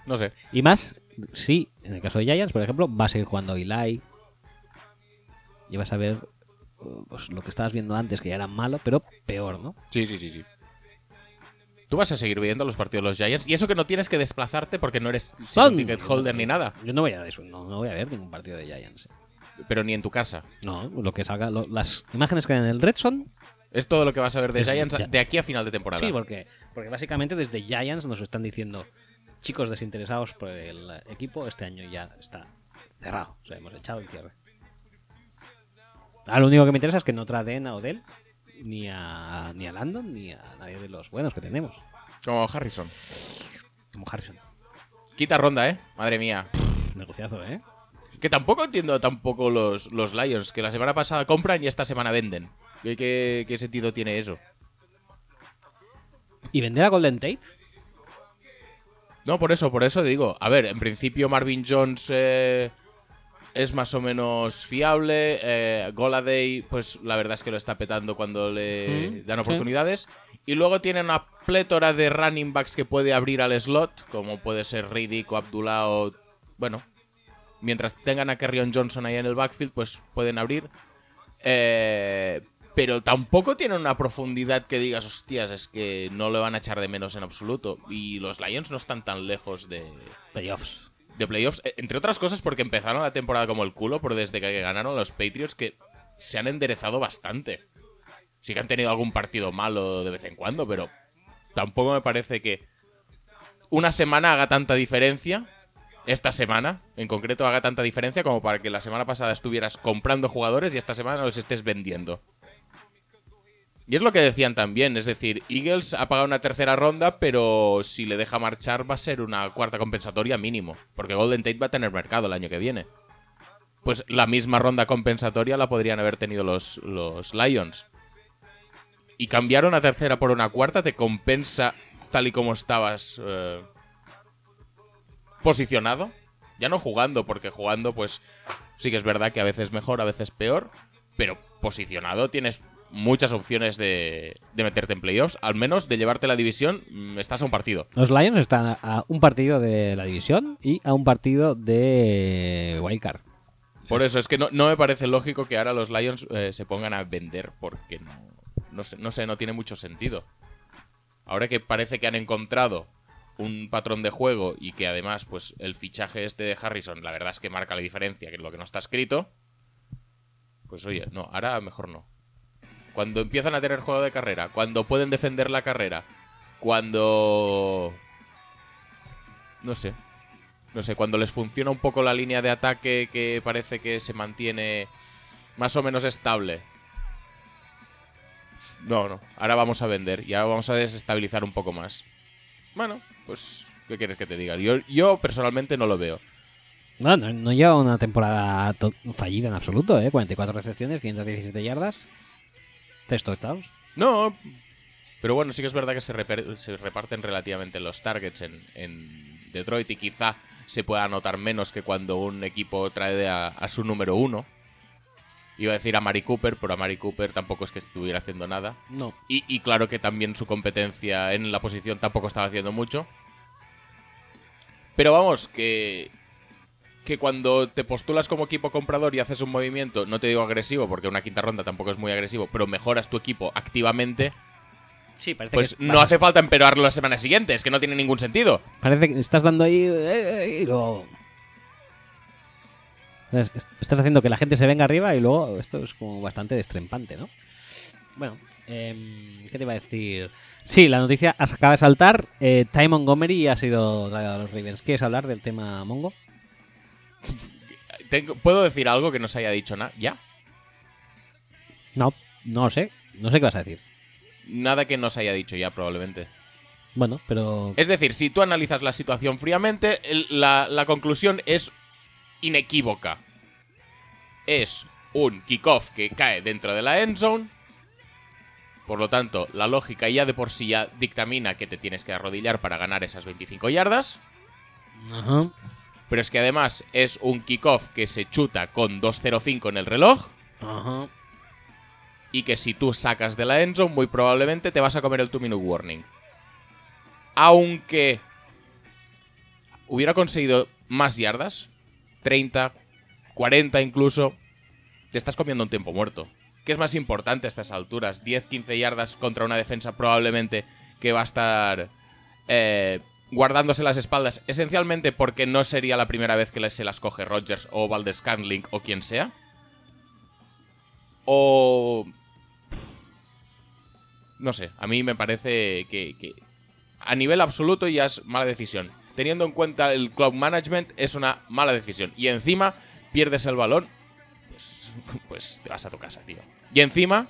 Speaker 2: No sé.
Speaker 1: Y más, sí, en el caso de Giants, por ejemplo, vas a ir jugando Eli. Y vas a ver eh, pues, lo que estabas viendo antes, que ya era malo, pero peor, ¿no?
Speaker 2: Sí, sí, sí, sí. Tú vas a seguir viendo los partidos de los Giants y eso que no tienes que desplazarte porque no eres season
Speaker 1: Son-
Speaker 2: ticket holder ni nada,
Speaker 1: Yo no voy a, eso, no, no voy a ver ningún partido de Giants. eh.
Speaker 2: pero ni en tu casa.
Speaker 1: No, lo que salga, lo- las imágenes que hay en el Red Son.
Speaker 2: Es todo lo que vas a ver de
Speaker 1: Es-
Speaker 2: Giants
Speaker 1: ya.
Speaker 2: de aquí a final de temporada.
Speaker 1: Sí, porque, porque básicamente desde Giants nos están diciendo, chicos desinteresados por el equipo, este año ya está cerrado. O sea, hemos echado el cierre. Ahora lo único que me interesa es que no traden a Odell, ni a, ni a Landon, ni a nadie de los buenos que tenemos,
Speaker 2: Como Harrison.
Speaker 1: como Harrison.
Speaker 2: Quita ronda, ¿eh? Madre mía.
Speaker 1: Negociazo, ¿eh?
Speaker 2: Que tampoco entiendo tampoco los, los Lions, que la semana pasada compran y esta semana venden. ¿Qué, qué- qué sentido tiene eso?
Speaker 1: ¿Y vender a Golden Tate?
Speaker 2: No, por eso, por eso digo. A ver, en principio Marvin Jones eh, es más o menos fiable. Eh, Goladay, pues la verdad es que lo está petando cuando le
Speaker 1: Sí,
Speaker 2: dan
Speaker 1: sí.
Speaker 2: oportunidades. Y luego tiene una plétora de running backs que puede abrir al slot, como puede ser Riddick o Abdullah o... Bueno, mientras tengan a Kerrion Johnson ahí en el backfield, pues pueden abrir. Eh, pero tampoco tienen una profundidad que digas, hostias, es que no le van a echar de menos en absoluto. Y los Lions no están tan lejos de,
Speaker 1: Playoffs.
Speaker 2: de playoffs, eh, entre otras cosas porque empezaron la temporada como el culo, pero desde que ganaron los Patriots que se han enderezado bastante. Sí que han tenido algún partido malo de vez en cuando, pero tampoco me parece que una semana haga tanta diferencia. Esta semana, en concreto, haga tanta diferencia como para que la semana pasada estuvieras comprando jugadores y esta semana los estés vendiendo. Y es lo que decían también, es decir, Eagles ha pagado una tercera ronda, pero si le deja marchar va a ser una cuarta compensatoria mínimo, porque Golden Tate va a tener mercado el año que viene. Pues la misma ronda compensatoria la podrían haber tenido los, los Lions. Y cambiar una tercera por una cuarta te compensa tal y como estabas eh, posicionado. Ya no jugando, porque jugando pues sí que es verdad que a veces mejor, a veces peor, pero posicionado tienes muchas opciones de, de meterte en playoffs, al menos de llevarte la división, mm, estás a un partido.
Speaker 1: Los Lions están a- a un partido de la división y a un partido de Wildcard.
Speaker 2: Por eso es que no, no me parece lógico que ahora los Lions eh, se pongan a vender, porque no, no, sé, no sé, no tiene mucho sentido. Ahora que parece que han encontrado un patrón de juego y que además pues el fichaje este de Harrison, la verdad es que marca la diferencia, que es lo que no está escrito, pues oye, no, ahora mejor no. Cuando empiezan a tener juego de carrera, cuando pueden defender la carrera, cuando... No sé, no sé, cuando les funciona un poco la línea de ataque que parece que se mantiene más o menos estable. No, no, ahora vamos a vender y ahora vamos a desestabilizar un poco más. Bueno, pues, ¿qué quieres que te diga? Yo, yo personalmente no lo veo.
Speaker 1: No, no, no lleva una temporada to- fallida en absoluto, ¿eh? 44 recepciones, 517 yardas, 3 touchdowns.
Speaker 2: No. Pero bueno, sí que es verdad que se, reper- se reparten relativamente los targets en, en Detroit y quizá se pueda anotar menos que cuando un equipo trae a, a su número uno. Iba a decir a Mari Cooper, pero a Mari Cooper tampoco es que estuviera haciendo nada.
Speaker 1: No.
Speaker 2: Y, y claro que también su competencia en la posición tampoco estaba haciendo mucho. Pero vamos, que, que cuando te postulas como equipo comprador y haces un movimiento, no te digo agresivo, porque una quinta ronda tampoco es muy agresivo, pero mejoras tu equipo activamente,
Speaker 1: Sí, parece
Speaker 2: pues no hace falta empeorarlo la semana siguiente, es que no tiene ningún sentido.
Speaker 1: Parece que estás dando ahí. eh, eh, y luego. Es- es- Estás haciendo que la gente se venga arriba y luego esto es como bastante destrempante, ¿no? Bueno, em, ¿qué te iba a decir? Sí, la noticia as- acaba de saltar. eh, Ty Montgomery ha sido traído a los Ravens. ¿Quieres hablar del tema Mongo?
Speaker 2: Tengo- ¿Puedo decir algo que no se haya dicho nada? ¿Ya?
Speaker 1: No, no sé. No sé qué vas a decir.
Speaker 2: Nada que no se haya dicho ya, probablemente.
Speaker 1: Bueno, pero.
Speaker 2: Es decir, si tú analizas la situación fríamente, el- la, la conclusión es inequívoca. Es un kickoff que cae dentro de la end zone. Por lo tanto, la lógica ya de por sí ya dictamina que te tienes que arrodillar para ganar esas 25 yardas.
Speaker 1: Ajá.
Speaker 2: Pero es que además es un kickoff que se chuta con 2.05 en el reloj.
Speaker 1: Ajá.
Speaker 2: y que si tú sacas de la endzone muy probablemente te vas a comer el 2 minute warning. Aunque hubiera conseguido más yardas, 30, 40 incluso, te estás comiendo un tiempo muerto. ¿Qué es más importante a estas alturas? 10, 15 yardas contra una defensa probablemente que va a estar eh, guardándose las espaldas, esencialmente porque no sería la primera vez que les- se las coge Rodgers o Valdez Scantling o quien sea. O. No sé, a mí me parece que, que a nivel absoluto ya es mala decisión. Teniendo en cuenta el club management, es una mala decisión. Y encima, pierdes el balón, pues, pues te vas a tu casa, tío. Y encima,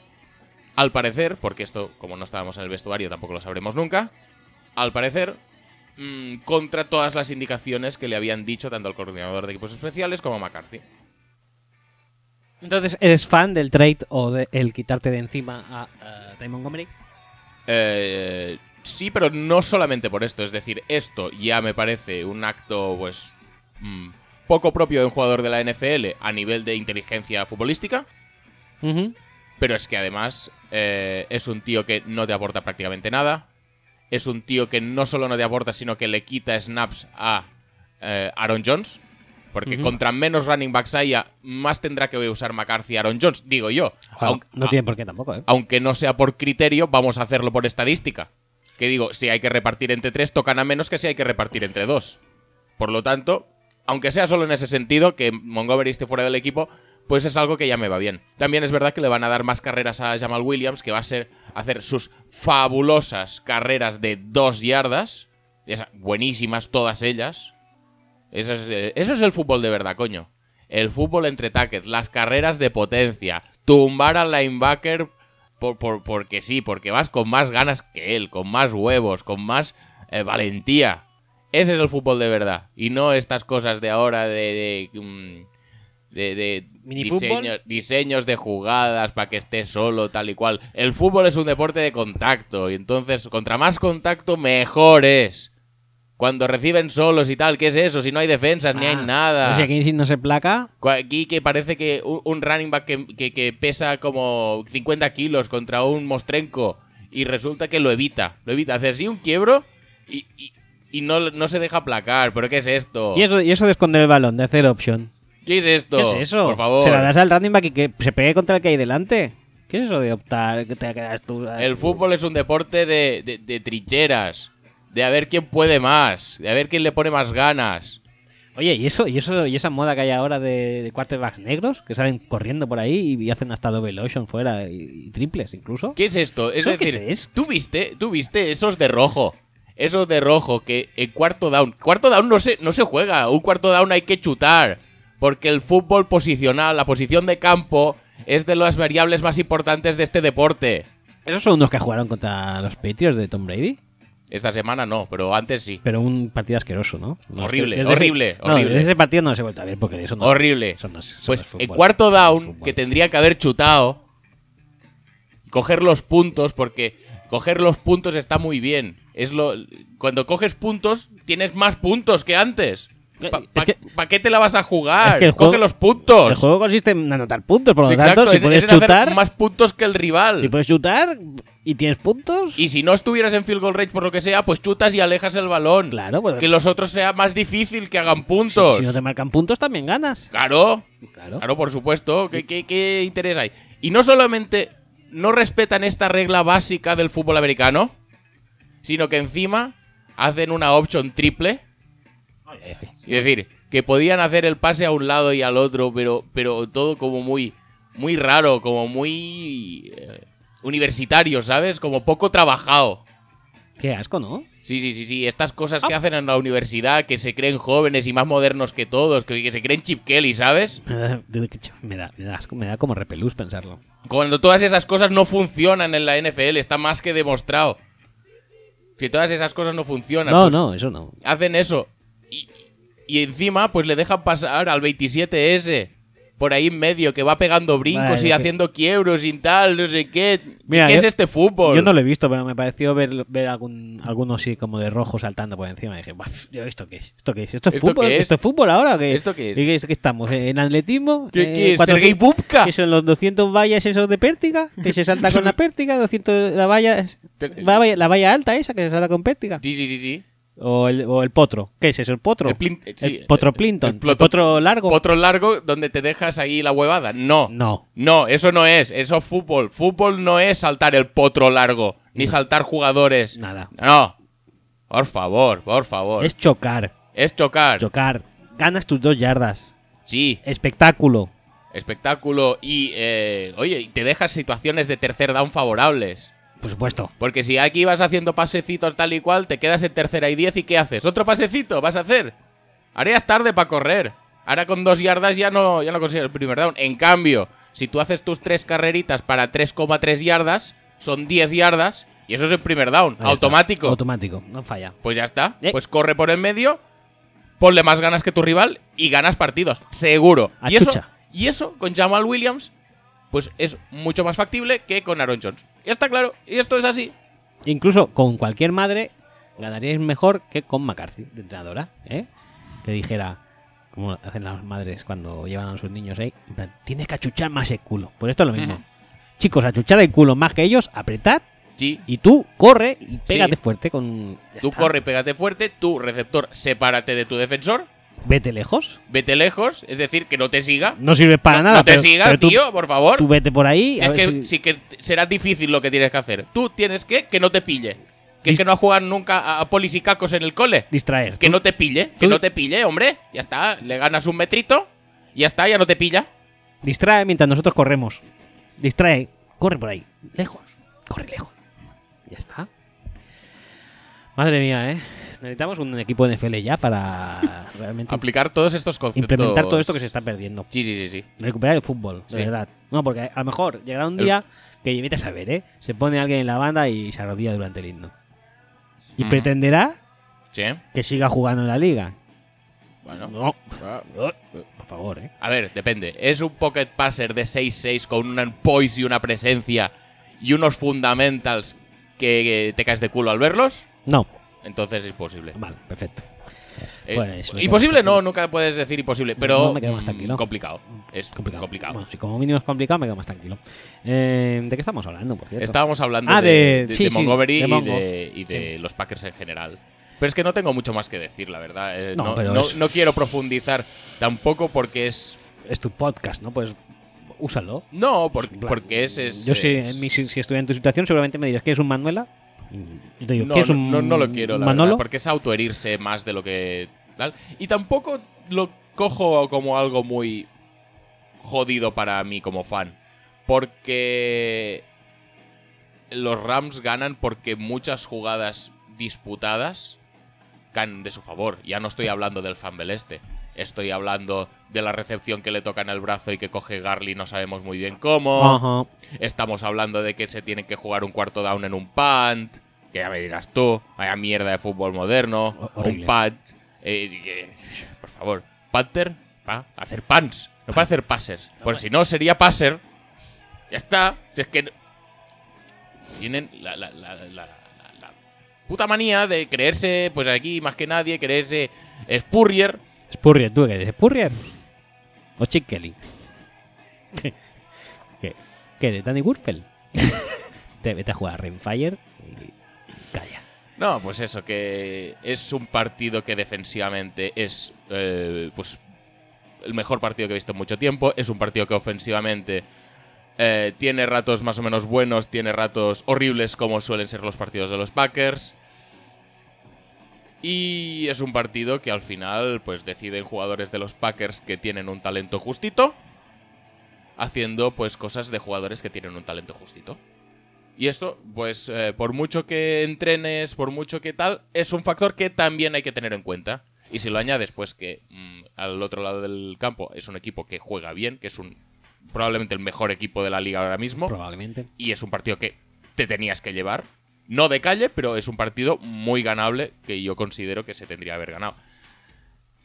Speaker 2: al parecer, porque esto, como no estábamos en el vestuario, tampoco lo sabremos nunca, al parecer, mm, contra todas las indicaciones que le habían dicho tanto al coordinador de equipos especiales como a McCarthy.
Speaker 1: Entonces, ¿eres fan del trade o del quitarte de encima a, a Ty Montgomery?
Speaker 2: Eh, sí, pero no solamente por esto. Es decir, esto ya me parece un acto, pues. mm, poco propio de un jugador de la NFL a nivel de inteligencia futbolística.
Speaker 1: Ujú.
Speaker 2: Pero es que además eh, es un tío que no te aporta prácticamente nada. Es un tío que no solo no te aporta, sino que le quita snaps a eh, Aaron Jones. Porque
Speaker 1: Ujú.
Speaker 2: contra menos running backs haya, más tendrá que usar McCarthy y Aaron Jones, digo yo.
Speaker 1: Claro,
Speaker 2: Aun-
Speaker 1: no tiene por qué tampoco, ¿eh?
Speaker 2: aunque no sea por criterio, vamos a hacerlo por estadística. Que digo, si hay que repartir entre tres, tocan a menos que si hay que repartir entre dos. Por lo tanto, aunque sea solo en ese sentido, que Montgomery esté fuera del equipo, pues es algo que ya me va bien. También es verdad que le van a dar más carreras a Jamal Williams, que va a ser hacer sus fabulosas carreras de dos yardas. Esas buenísimas todas ellas. Eso es, eh, eso es el fútbol de verdad, coño. El fútbol entre tackles, las carreras de potencia, tumbar al linebacker por, por- porque sí, porque vas con más ganas que él, con más huevos, con más eh, valentía. Ese es el fútbol de verdad. Y no estas cosas de ahora de... de, mm, de- de
Speaker 1: ¿Minifútbol?
Speaker 2: diseños, diseños de jugadas para que estés solo, tal y cual. El fútbol es un deporte de contacto. Y entonces, contra más contacto, mejor es. Cuando reciben solos y tal, ¿qué es eso? Si no hay defensas, ni hay
Speaker 1: Ah,
Speaker 2: nada.
Speaker 1: O sea, que si no se placa,
Speaker 2: Cu- Aquí que parece que un, un running back que, que- que pesa como 50 kilos contra un mostrenco y resulta que lo evita. Lo evita hacer sí un quiebro y, y- y no, no se deja placar. ¿Pero qué es esto?
Speaker 1: Y eso, y eso de esconder el balón, de hacer option.
Speaker 2: ¿Qué es esto?
Speaker 1: ¿Qué es eso?
Speaker 2: Por favor.
Speaker 1: Se la das al running back y que se pegue contra el que hay delante. ¿Qué es eso de optar? Que te quedas tú.
Speaker 2: El fútbol es un deporte de, de- de trincheras. De a ver quién puede más. De a ver quién le pone más ganas.
Speaker 1: Oye, ¿y eso, y eso, y esa moda que hay ahora de, de quarterbacks negros que salen corriendo por ahí y, y hacen hasta double option fuera y, y triples incluso?
Speaker 2: ¿Qué es esto? Es
Speaker 1: ¿Eso qué
Speaker 2: decir,
Speaker 1: es?
Speaker 2: ¿tú viste? ¿Tú viste esos de rojo? Esos de rojo que en cuarto down. Cuarto down no se, no se juega. Un cuarto down hay que chutar. Porque el fútbol posicional, la posición de campo, es de las variables más importantes de este deporte.
Speaker 1: ¿Esos son unos que jugaron contra los Patriots de Tom Brady?
Speaker 2: Esta semana no, pero antes sí.
Speaker 1: Pero un partido asqueroso, ¿no? No,
Speaker 2: Horrible,
Speaker 1: es decir-
Speaker 2: horrible,
Speaker 1: no,
Speaker 2: horrible.
Speaker 1: Ese partido no se ha vuelto a ver porque de eso no.
Speaker 2: Horrible.
Speaker 1: eso no es- eso no
Speaker 2: Pues
Speaker 1: es fútbol,
Speaker 2: el cuarto
Speaker 1: eso no es
Speaker 2: down
Speaker 1: fútbol.
Speaker 2: que tendría que haber chutado. Coger los puntos, porque coger los puntos está muy bien. Es lo. Cuando coges puntos, tienes más puntos que antes. ¿Para
Speaker 1: Eh, es que-
Speaker 2: qué te la vas a jugar?
Speaker 1: Es que el
Speaker 2: Coge
Speaker 1: juego-
Speaker 2: los puntos.
Speaker 1: El juego consiste en anotar puntos, por lo
Speaker 2: Sí,
Speaker 1: tanto, si
Speaker 2: en-
Speaker 1: puedes
Speaker 2: es en hacer
Speaker 1: chutar, pues.
Speaker 2: más puntos que el rival.
Speaker 1: si puedes chutar y tienes puntos,
Speaker 2: Y si no estuvieras en field goal range por lo que sea, pues chutas y alejas el balón.
Speaker 1: Claro, pues-
Speaker 2: que los otros sea más difícil que hagan puntos.
Speaker 1: si no te marcan puntos también ganas.
Speaker 2: Claro.
Speaker 1: Claro.
Speaker 2: Claro, por supuesto. ¿Qué, qué, qué interés hay? Y no solamente no respetan esta regla básica del fútbol americano, sino que encima hacen una option triple. Es decir, que podían hacer el pase a un lado y al otro, pero, pero todo como muy, muy raro, como muy eh, universitario, ¿sabes? Como poco trabajado.
Speaker 1: Qué asco, ¿no?
Speaker 2: Sí, sí, sí, sí. Estas cosas que hacen en la universidad, que se creen jóvenes y más modernos que todos, que, que se creen Chip Kelly, ¿sabes?
Speaker 1: Me da, me da, me da asco, me da como repelús pensarlo.
Speaker 2: Cuando todas esas cosas no funcionan en la NFL, está más que demostrado. Que todas esas cosas no funcionan.
Speaker 1: No,
Speaker 2: pues,
Speaker 1: no, eso no.
Speaker 2: Hacen eso. Y, y encima, pues le dejan pasar al 27S. Por ahí en medio, que va pegando brincos
Speaker 1: Vale,
Speaker 2: y
Speaker 1: sí.
Speaker 2: haciendo quiebros y tal, no sé qué.
Speaker 1: Mira,
Speaker 2: ¿Qué
Speaker 1: yo-
Speaker 2: es este fútbol?
Speaker 1: Yo no lo he visto, pero me pareció ver, ver algún, alguno así como de rojo saltando por encima. Y dije, "Buah, yo, ¿esto qué es? ¿Esto qué es? ¿Esto es
Speaker 2: ¿Esto
Speaker 1: fútbol?
Speaker 2: qué es?
Speaker 1: ¿Esto es fútbol ahora o qué?
Speaker 2: ¿Esto qué es?
Speaker 1: ¿Y qué, qué estamos? eh, ¿En atletismo?
Speaker 2: ¿Qué-
Speaker 1: Eh,
Speaker 2: qué es?
Speaker 1: 400
Speaker 2: ¿Sergey Bubka?
Speaker 1: ¿Qué son los 200 vallas esos de pértiga? ¿Que se salta con la pértiga? 200, la, valla,
Speaker 2: Pero- eh,
Speaker 1: la, valla, la valla alta esa que se salta con pértiga.
Speaker 2: Sí, sí, sí, sí.
Speaker 1: O el, o el potro. ¿Qué es eso? ¿El potro?
Speaker 2: El plin- eh, sí,
Speaker 1: potro
Speaker 2: el-
Speaker 1: Plinton.
Speaker 2: el
Speaker 1: El,
Speaker 2: ploto-
Speaker 1: potro largo.
Speaker 2: Otro largo donde te dejas ahí la huevada. No.
Speaker 1: No.
Speaker 2: No, eso no es, eso es fútbol. Fútbol no es saltar el potro largo, ni saltar jugadores.
Speaker 1: Nada.
Speaker 2: No. Por favor, por favor.
Speaker 1: Es
Speaker 2: Es,
Speaker 1: chocar.
Speaker 2: chocar.
Speaker 1: Chocar. Ganas tus dos yardas.
Speaker 2: sí,
Speaker 1: Espectáculo.
Speaker 2: espectáculo. Y, eh, oye, y te dejas situaciones de tercer down favorables.
Speaker 1: Por supuesto.
Speaker 2: Porque si aquí vas haciendo pasecitos tal y cual, te quedas en tercera y diez y ¿qué haces? ¿Otro pasecito vas a hacer? Ahora ya es tarde para correr. Ahora con dos yardas ya no, ya no consigues el primer down. En cambio, si tú haces tus tres carreritas para 3,3 yardas, son 10 yardas y eso es el primer down,
Speaker 1: Ahí está.
Speaker 2: automático.
Speaker 1: Automático. No falla.
Speaker 2: pues ya está.
Speaker 1: Eh.
Speaker 2: Pues corre por el medio, ponle más ganas que tu rival y ganas partidos, seguro. Y eso,
Speaker 1: Achucha.
Speaker 2: y eso con Jamal Williams, pues es mucho más factible que con Aaron Jones. Ya está claro, y esto es así.
Speaker 1: Incluso con cualquier madre ganaríais mejor que con McCarthy, de entrenadora, ¿eh? Que dijera, como hacen las madres cuando llevan a sus niños ahí, en plan, tienes que achuchar más el culo. Pues esto es lo mismo.
Speaker 2: Ujú.
Speaker 1: Chicos, achuchar el culo más que ellos, apretad
Speaker 2: Sí,
Speaker 1: y tú corre y pégate fuerte con... ya
Speaker 2: Tú
Speaker 1: está.
Speaker 2: corre, pégate fuerte, tú receptor, sepárate de tu defensor,
Speaker 1: Vete lejos.
Speaker 2: vete lejos, es decir, que no te siga.
Speaker 1: No sirves para
Speaker 2: no,
Speaker 1: nada.
Speaker 2: no te
Speaker 1: pero-
Speaker 2: siga,
Speaker 1: pero tú,
Speaker 2: tío, por favor.
Speaker 1: Tú vete por ahí. a
Speaker 2: es
Speaker 1: ver
Speaker 2: que
Speaker 1: si-
Speaker 2: sí que t- será difícil lo que tienes que hacer. Tú tienes que que no te pille. Que es
Speaker 1: Dis-
Speaker 2: que no juegan nunca a, a polis y cacos en el cole.
Speaker 1: Distraer.
Speaker 2: Que
Speaker 1: Tú-
Speaker 2: no te pille, que
Speaker 1: tú-
Speaker 2: no te pille, hombre. Ya está, le ganas un metrito, ya está, ya no te pilla.
Speaker 1: Distrae mientras nosotros corremos. Distrae. Corre por ahí. Lejos. Corre lejos. Ya está. Madre mía, ¿eh? Necesitamos un equipo NFL ya para realmente
Speaker 2: Aplicar todos estos conceptos.
Speaker 1: implementar todo esto que se está perdiendo.
Speaker 2: Sí, sí, sí, sí.
Speaker 1: Recuperar el fútbol, de
Speaker 2: Sí.
Speaker 1: verdad. No, porque a lo mejor llegará un
Speaker 2: El-
Speaker 1: día que vete a saber, ¿eh? Se pone alguien en la banda y se arrodilla durante el himno. Y
Speaker 2: Mm.
Speaker 1: pretenderá
Speaker 2: Sí, ¿eh?
Speaker 1: que siga jugando en la liga.
Speaker 2: bueno.
Speaker 1: No.
Speaker 2: Ah,
Speaker 1: Por favor, ¿eh?
Speaker 2: A ver, depende. ¿Es un pocket passer de 6-6 con un poise y una presencia y unos fundamentals que eh, te caes de culo al verlos?
Speaker 1: No.
Speaker 2: Entonces es posible.
Speaker 1: Vale, perfecto.
Speaker 2: Eh,
Speaker 1: Pues, me
Speaker 2: imposible
Speaker 1: quedo más
Speaker 2: no, nunca puedes decir imposible, pero
Speaker 1: No, me quedo más
Speaker 2: mm,
Speaker 1: tranquilo.
Speaker 2: complicado. Es complicado.
Speaker 1: complicado. Bueno, si como mínimo es complicado, me quedo más tranquilo. Eh, ¿De qué estamos hablando, por cierto?
Speaker 2: Estábamos hablando
Speaker 1: Ah,
Speaker 2: de,
Speaker 1: de-
Speaker 2: de-
Speaker 1: sí,
Speaker 2: de
Speaker 1: sí,
Speaker 2: Montgomery
Speaker 1: de
Speaker 2: y
Speaker 1: Mongo.
Speaker 2: de, y de los Packers en general. Pero es que no tengo mucho más que decir, la verdad. Eh,
Speaker 1: No,
Speaker 2: no,
Speaker 1: pero
Speaker 2: no-
Speaker 1: es-
Speaker 2: no quiero profundizar tampoco porque es...
Speaker 1: Es tu podcast, ¿no? Pues úsalo.
Speaker 2: No, por-
Speaker 1: En plan,
Speaker 2: porque es... es-
Speaker 1: Yo si,
Speaker 2: es-
Speaker 1: en mi- si, si estuviera en tu situación, seguramente me dirías que es un Manuela. Yo te digo,
Speaker 2: No,
Speaker 1: ¿qué es
Speaker 2: no,
Speaker 1: un
Speaker 2: no- no lo quiero, la
Speaker 1: Manolo?
Speaker 2: verdad, porque es autoherirse más de lo que tal. Y tampoco lo cojo como algo muy jodido para mí como fan, porque los Rams ganan porque muchas jugadas disputadas caen de su favor. Ya no estoy hablando del fumble este, estoy hablando de la recepción que le toca en el brazo y que coge Garly, no sabemos muy bien cómo.
Speaker 1: Ajá.
Speaker 2: Estamos hablando de que se tiene que jugar un cuarto down en un punt. que ya me dirás tú, vaya mierda de fútbol moderno,
Speaker 1: Ho-
Speaker 2: o un
Speaker 1: horrible.
Speaker 2: pad. eh, que- por favor, patter, pa, hacer pants, no para hacer passes. Porque si no, sería passer. Ya está. Si es que. no- Tienen la, la- la- la- la- la puta manía de creerse, pues aquí más que nadie, creerse Spurrier.
Speaker 1: Spurrier, ¿tú qué eres? ¿Spurrier? ¿O Chick Kelly? ¿Qué? ¿Qué? ¿Qué eres? ¿Danny Gurfel? te vete a jugar a Renfire y calla.
Speaker 2: No, pues eso, que es un partido que defensivamente es eh, pues el mejor partido que he visto en mucho tiempo. Es un partido que ofensivamente eh, tiene ratos más o menos buenos, tiene ratos horribles como suelen ser los partidos de los Packers. Y es un partido que al final pues deciden jugadores de los Packers que tienen un talento justito haciendo pues cosas de jugadores que tienen un talento justito. Y esto, pues, eh, por mucho que entrenes, por mucho que tal, es un factor que también hay que tener en cuenta. Y si lo añades, pues, que mm, al otro lado del campo es un equipo que juega bien, que es un probablemente el mejor equipo de la liga ahora mismo
Speaker 1: Probablemente.
Speaker 2: y es un partido que te tenías que llevar. No de calle, pero es un partido muy ganable que yo considero que se tendría que haber ganado.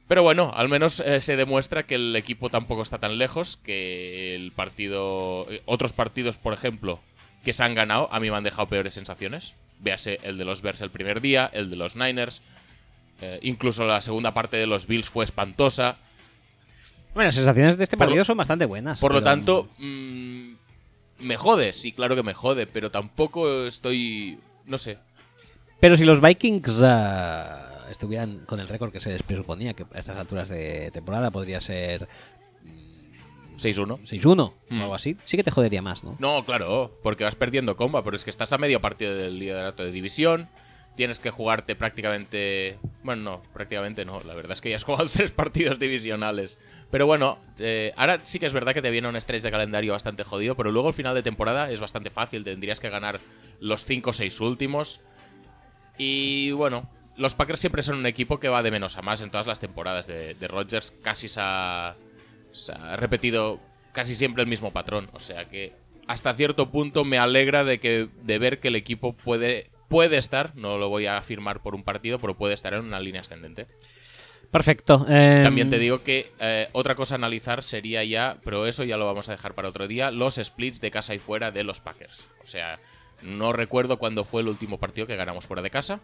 Speaker 2: Pero bueno, al menos eh, se demuestra que el equipo tampoco está tan lejos, que el partido... eh, Otros partidos, por ejemplo, que se han ganado, a mí me han dejado peores sensaciones. Véase el de los Bears el primer día, el de los Niners. eh, incluso la segunda parte de los Bills fue espantosa.
Speaker 1: Bueno, las sensaciones de este
Speaker 2: Por
Speaker 1: partido
Speaker 2: lo-
Speaker 1: son bastante buenas.
Speaker 2: Por lo
Speaker 1: pero-
Speaker 2: tanto, mm, me jode, sí, claro que me jode, pero tampoco estoy. No sé.
Speaker 1: Pero si los Vikings ah, estuvieran con el récord que se les presuponía, que a estas alturas de temporada podría ser
Speaker 2: 6-1.
Speaker 1: 6-1
Speaker 2: Mm.
Speaker 1: o algo así, sí que te jodería más, ¿no?
Speaker 2: No, claro, porque vas perdiendo comba, pero es que estás a medio partido del liderato de división. Tienes que jugarte prácticamente. Bueno, no, prácticamente no. La verdad es que ya has jugado tres partidos divisionales. Pero bueno, eh, ahora sí que es verdad que te viene un estrés de calendario bastante jodido, pero luego el final de temporada es bastante fácil. Tendrías que ganar los 5 o 6 últimos. Y bueno, los Packers siempre son un equipo que va de menos a más en todas las temporadas de, de Rodgers. Casi se ha, se ha repetido casi siempre el mismo patrón. O sea que hasta cierto punto me alegra de, que, de ver que el equipo puede, puede estar, no lo voy a afirmar por un partido, pero puede estar en una línea ascendente.
Speaker 1: Perfecto. eh,
Speaker 2: También te digo que eh, otra cosa a analizar sería ya, pero eso ya lo vamos a dejar para otro día, los splits de casa y fuera de los Packers. O sea, no recuerdo cuándo fue el último partido que ganamos fuera de casa.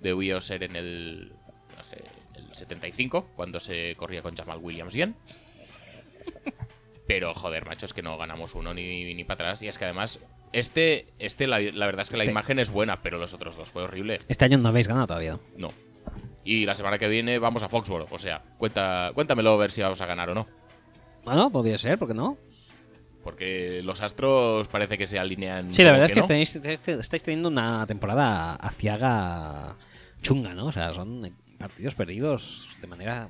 Speaker 2: Debió ser en el, no sé, el 75, cuando se corría con Jamal Williams bien. Pero joder, macho, es que no ganamos uno ni, ni para atrás. Y es que además, este, este la, la verdad es que la
Speaker 1: Este.
Speaker 2: imagen es buena, pero los otros dos fue horrible.
Speaker 1: Este año no habéis ganado todavía.
Speaker 2: No. Y la semana que viene vamos a Foxboro. O sea, cuenta, cuéntamelo a ver si vamos a ganar o no.
Speaker 1: Bueno, podría ser, ¿por qué no?
Speaker 2: Porque los astros parece que se alinean.
Speaker 1: Sí, la
Speaker 2: como
Speaker 1: verdad es que
Speaker 2: no.
Speaker 1: estáis, estáis- estáis teniendo una temporada aciaga chunga, ¿no? O sea, son partidos perdidos de manera...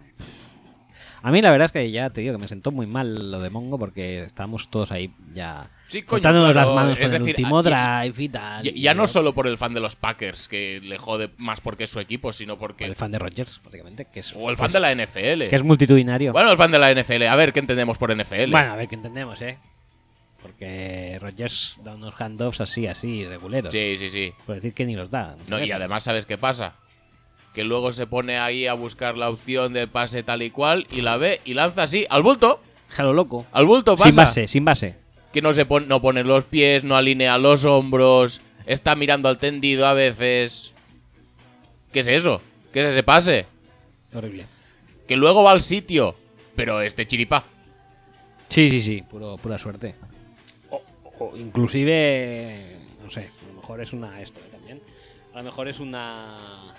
Speaker 1: A mí la verdad es que ya te digo que me sentó muy mal lo de Mongo porque estábamos todos ahí ya
Speaker 2: Sí, coño,
Speaker 1: cortándonos las
Speaker 2: pero
Speaker 1: manos con
Speaker 2: es
Speaker 1: el
Speaker 2: decir,
Speaker 1: último
Speaker 2: a-
Speaker 1: drive y tal.
Speaker 2: Ya,
Speaker 1: y
Speaker 2: ya no
Speaker 1: luego
Speaker 2: solo por el fan de los Packers, que le jode más porque es su equipo, sino porque.
Speaker 1: El fan de Rogers, básicamente, que es, pues,
Speaker 2: o el fan de la NFL.
Speaker 1: que es multitudinario.
Speaker 2: Bueno, el fan de la NFL. A ver qué entendemos por NFL.
Speaker 1: Bueno, a ver qué entendemos, ¿eh? Porque Rogers da unos handoffs así, así, reguleros.
Speaker 2: sí, sí, sí.
Speaker 1: Por decir que ni los da.
Speaker 2: No, y además, ¿sabes qué pasa? Que luego se pone ahí a buscar la opción del pase tal y cual y la ve y lanza así, al bulto.
Speaker 1: Jalo loco.
Speaker 2: Al bulto pasa.
Speaker 1: Sin base, sin base.
Speaker 2: que no se pon- no pone los pies, no alinea los hombros, está mirando al tendido a veces. ¿Qué es eso? ¿Qué es ese pase?
Speaker 1: Horrible.
Speaker 2: Que luego va al sitio, pero este chiripa.
Speaker 1: Sí, sí, sí, puro, pura suerte. O, o inclusive, no sé, a lo mejor es una esto ¿eh? también. A lo mejor es una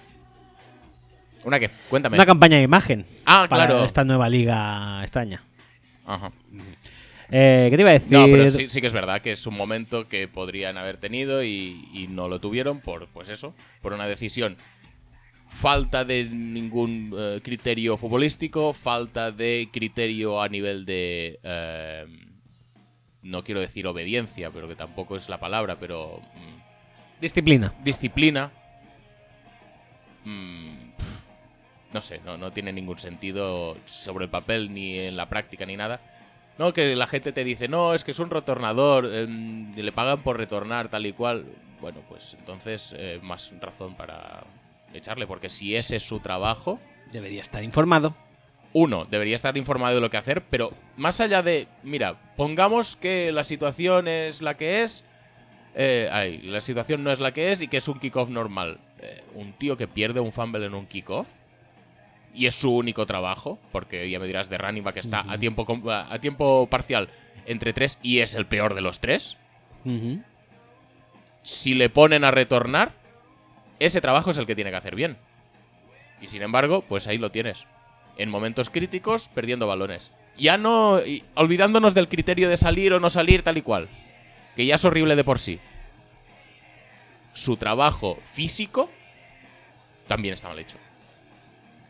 Speaker 2: ¿Una qué? Cuéntame.
Speaker 1: una campaña de imagen.
Speaker 2: Ah,
Speaker 1: para
Speaker 2: claro.
Speaker 1: Esta nueva liga extraña.
Speaker 2: Ajá.
Speaker 1: Eh, ¿Qué te iba a decir?
Speaker 2: No, pero sí, sí que es verdad que es un momento que podrían haber tenido y, y no lo tuvieron por, pues eso, por una decisión. Falta de ningún eh, criterio futbolístico, falta de criterio a nivel de... eh, no quiero decir obediencia, pero que tampoco es la palabra, pero... mm,
Speaker 1: Disciplina.
Speaker 2: disciplina. Mm, pf, no sé, no, no tiene ningún sentido sobre el papel, ni en la práctica, ni nada. No, que la gente te dice, no, es que es un retornador, em, le pagan por retornar, tal y cual. bueno, pues entonces eh, más razón para echarle, porque si ese es su trabajo,
Speaker 1: Debería estar informado.
Speaker 2: uno, debería estar informado de lo que hacer, pero más allá de, mira, pongamos que la situación es la que es, eh, ay, la situación no es la que es y que es un kickoff normal. Eh, un tío que pierde un fumble en un kickoff y es su único trabajo, porque ya me dirás de running back está a, tiempo, com- a a tiempo parcial entre tres y es el peor de los tres.
Speaker 1: Ujú.
Speaker 2: si le ponen a retornar, ese trabajo es el que tiene que hacer bien. Y sin embargo, pues ahí lo tienes. En momentos críticos, perdiendo balones. Ya no. y olvidándonos del criterio de salir o no salir, tal y cual. Que ya es horrible de por sí. Su trabajo físico también está mal hecho.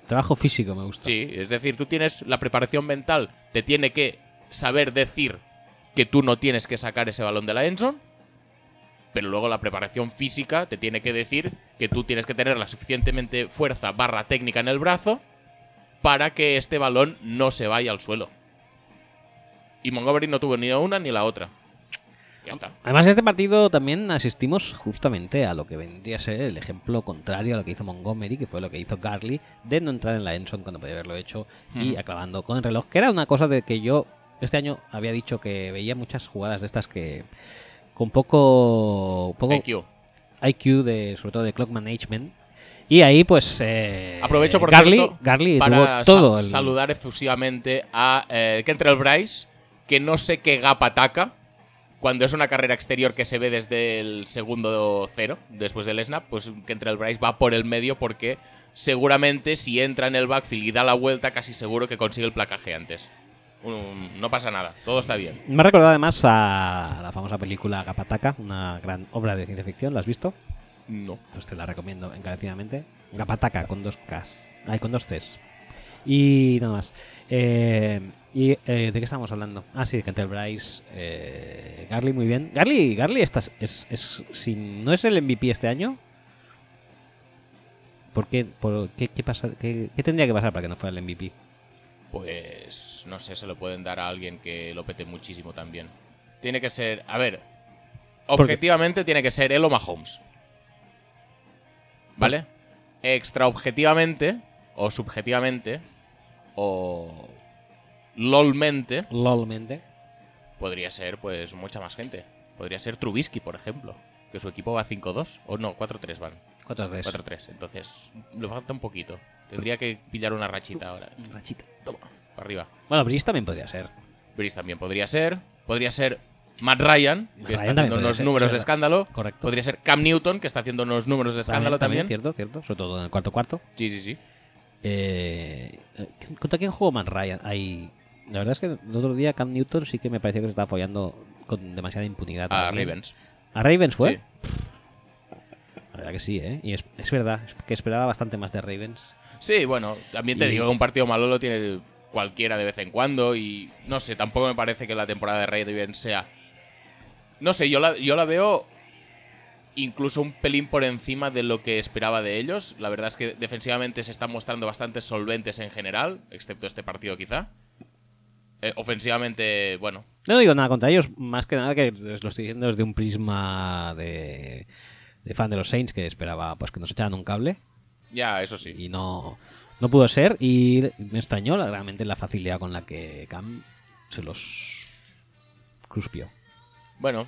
Speaker 1: Trabajo físico me gusta.
Speaker 2: Sí, es decir, tú tienes la preparación mental, te tiene que saber decir que tú no tienes que sacar ese balón de la Enson, pero luego la preparación física te tiene que decir que tú tienes que tener la suficientemente fuerza barra técnica en el brazo para que este balón no se vaya al suelo. Y Montgomery no tuvo ni una ni la otra. Ya está.
Speaker 1: Además, en este partido también asistimos justamente a lo que vendría a ser el ejemplo contrario a lo que hizo Montgomery, que fue lo que hizo Garley, de no entrar en la Enson cuando podía haberlo hecho y
Speaker 2: Mm.
Speaker 1: acabando con el reloj, que era una cosa de que yo este año había dicho que veía muchas jugadas de estas que con poco, poco
Speaker 2: IQ.
Speaker 1: IQ de, sobre todo de clock management. Y ahí, pues. eh,
Speaker 2: Aprovecho por
Speaker 1: Garly,
Speaker 2: cierto,
Speaker 1: Garly
Speaker 2: para
Speaker 1: tuvo todo
Speaker 2: sa-
Speaker 1: el-
Speaker 2: saludar efusivamente a eh, Kentrell Bryce, que no sé qué gap ataca cuando es una carrera exterior que se ve desde el segundo cero, después del snap, pues Kentrell Bryce va por el medio porque seguramente si entra en el backfield y da la vuelta, casi seguro que consigue el placaje antes. Un- no pasa nada, todo está bien.
Speaker 1: Me ha recordado además a la famosa película Gapataca, una gran obra de ciencia ficción. ¿La has visto?
Speaker 2: No.
Speaker 1: Pues te la recomiendo encarecidamente. Gapataca con dos Ks. Ay, con dos Cs. Y nada más. Eh, y, eh, ¿De qué estábamos hablando? Ah, sí, de Kentel Bryce. eh, Garly, muy bien. Garly, Garly estás, es, es, si no es el MVP este año. ¿Por qué, por, qué, qué pasa, qué, qué tendría que pasar para que no fuera el MVP?
Speaker 2: Pues no sé, se lo pueden dar a alguien que lo pete muchísimo también. Tiene que ser, a ver, objetivamente tiene que ser él o Mahomes. ¿Vale? Extraobjetivamente, o subjetivamente, o lolmente,
Speaker 1: Lolmente.
Speaker 2: podría ser pues mucha más gente. Podría ser Trubisky, por ejemplo, que su equipo va 5-2, o no, 4-3 van,
Speaker 1: 4-3.
Speaker 2: 4-3. Entonces, le falta un poquito. Tendría que pillar una rachita ahora.
Speaker 1: Rachita.
Speaker 2: Toma, para arriba.
Speaker 1: Bueno, Brice también podría ser.
Speaker 2: Brice también podría ser. Podría ser Matt Ryan, que
Speaker 1: Matt
Speaker 2: está
Speaker 1: Ryan
Speaker 2: haciendo
Speaker 1: también podría
Speaker 2: unos
Speaker 1: ser,
Speaker 2: números
Speaker 1: sí,
Speaker 2: de
Speaker 1: verdad.
Speaker 2: escándalo.
Speaker 1: Correcto.
Speaker 2: Podría ser Cam Newton, que está haciendo unos números de escándalo también.
Speaker 1: Cierto, cierto. Sobre todo en el cuarto cuarto.
Speaker 2: Sí, sí, sí.
Speaker 1: Eh, ¿Contra quién jugó Matt Ryan? Ahí, la verdad es que el otro día Cam Newton sí que me pareció que se estaba follando con demasiada impunidad.
Speaker 2: A
Speaker 1: también.
Speaker 2: Ravens.
Speaker 1: ¿A Ravens fue?
Speaker 2: Sí.
Speaker 1: La verdad que sí, ¿eh? Y es, es verdad, es que esperaba bastante más de Ravens.
Speaker 2: Sí, bueno, también te
Speaker 1: Y-
Speaker 2: digo que un partido malo lo tiene cualquiera de vez en cuando y no sé, tampoco me parece que la temporada de Ravens sea... No sé, yo la, yo la veo incluso un pelín por encima de lo que esperaba de ellos. La verdad es que defensivamente se están mostrando bastante solventes en general, excepto este partido quizá. Eh, ofensivamente, bueno,
Speaker 1: No digo nada contra ellos, más que nada que os lo estoy diciendo desde un prisma de, de fan de los Saints que esperaba pues que nos echaran un cable.
Speaker 2: ya, eso sí.
Speaker 1: y no, no pudo ser. Y me extrañó la- realmente la facilidad con la que Cam se los cruspió.
Speaker 2: Bueno,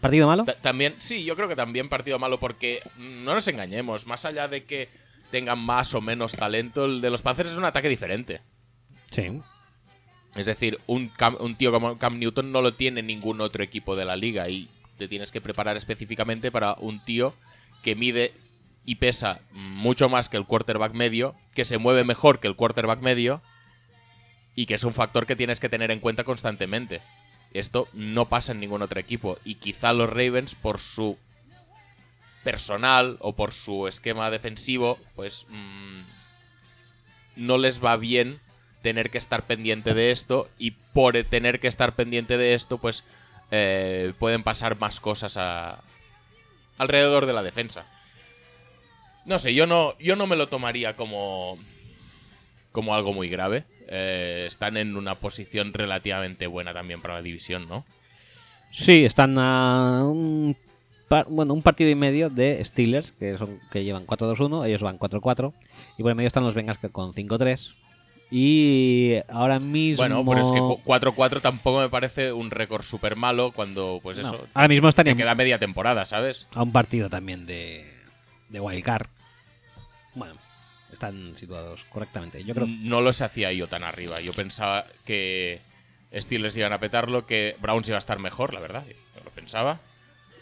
Speaker 1: ¿Partido malo?
Speaker 2: Ta- También, sí, yo creo que también partido malo porque mm, no nos engañemos, más allá de que tengan más o menos talento, el de los Panthers es un ataque diferente.
Speaker 1: Sí.
Speaker 2: Es decir, un, Cam- un tío como Cam Newton no lo tiene ningún otro equipo de la liga y te tienes que preparar específicamente para un tío que mide y pesa mucho más que el quarterback medio, que se mueve mejor que el quarterback medio y que es un factor que tienes que tener en cuenta constantemente. Esto no pasa en ningún otro equipo y quizá los Ravens por su personal o por su esquema defensivo, pues mm, no les va bien tener que estar pendiente de esto y por tener que estar pendiente de esto, pues eh, pueden pasar más cosas a- alrededor de la defensa. No sé, yo no, yo no me lo tomaría como, como algo muy grave. Eh, están en una posición relativamente buena también para la división, ¿no?
Speaker 1: Sí, están a un par- bueno, un partido y medio de Steelers, que, son, que llevan 4-2-1, ellos van 4-4, y por el medio están los Bengals que- con 5-3. Y ahora mismo...
Speaker 2: Bueno, pero es que cu- 4-4 tampoco me parece un récord súper malo cuando, pues
Speaker 1: No,
Speaker 2: eso,
Speaker 1: ahora mismo están
Speaker 2: te
Speaker 1: en-
Speaker 2: queda media temporada, ¿sabes?
Speaker 1: a un partido también de, de Wildcard. Bueno, están situados correctamente. Yo creo
Speaker 2: No los hacía yo tan arriba. Yo pensaba que Steelers iban a petarlo, que Browns iba a estar mejor, la verdad. Yo lo pensaba.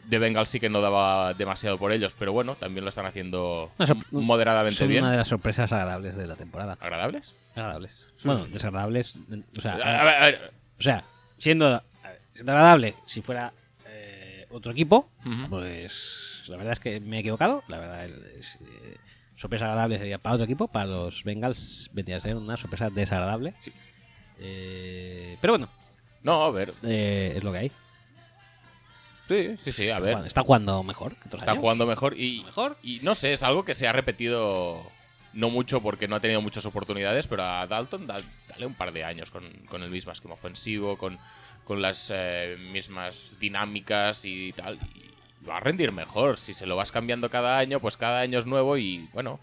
Speaker 2: De Bengals sí que no daba demasiado por ellos, pero bueno, también lo están haciendo
Speaker 1: Una sor-
Speaker 2: moderadamente
Speaker 1: son
Speaker 2: bien.
Speaker 1: una de las sorpresas agradables de la temporada.
Speaker 2: ¿Agradables?
Speaker 1: Agradables. Bueno, desagradables. O sea, eh,
Speaker 2: A ver, a ver,
Speaker 1: o sea siendo, a ver, siendo agradable, si fuera eh, otro equipo,
Speaker 2: Ujú.
Speaker 1: pues la verdad es que me he equivocado. La verdad es, eh, sorpresa agradable sería para otro equipo, para los Bengals vendría a ser una sorpresa desagradable.
Speaker 2: Sí.
Speaker 1: Eh, pero bueno,
Speaker 2: No, a ver.
Speaker 1: eh, es lo que hay.
Speaker 2: Sí, sí, sí, a
Speaker 1: está,
Speaker 2: ver.
Speaker 1: Jugando, está jugando mejor. que otros
Speaker 2: Está
Speaker 1: años.
Speaker 2: jugando mejor y,
Speaker 1: Mejor.
Speaker 2: y no sé, es algo que se ha repetido no mucho porque no ha tenido muchas oportunidades, pero a Dalton da- dale un par de años con, con el mismo esquema ofensivo, con, con las eh, mismas dinámicas y tal. Y va a rendir mejor. Si se lo vas cambiando cada año, pues cada año es nuevo y bueno,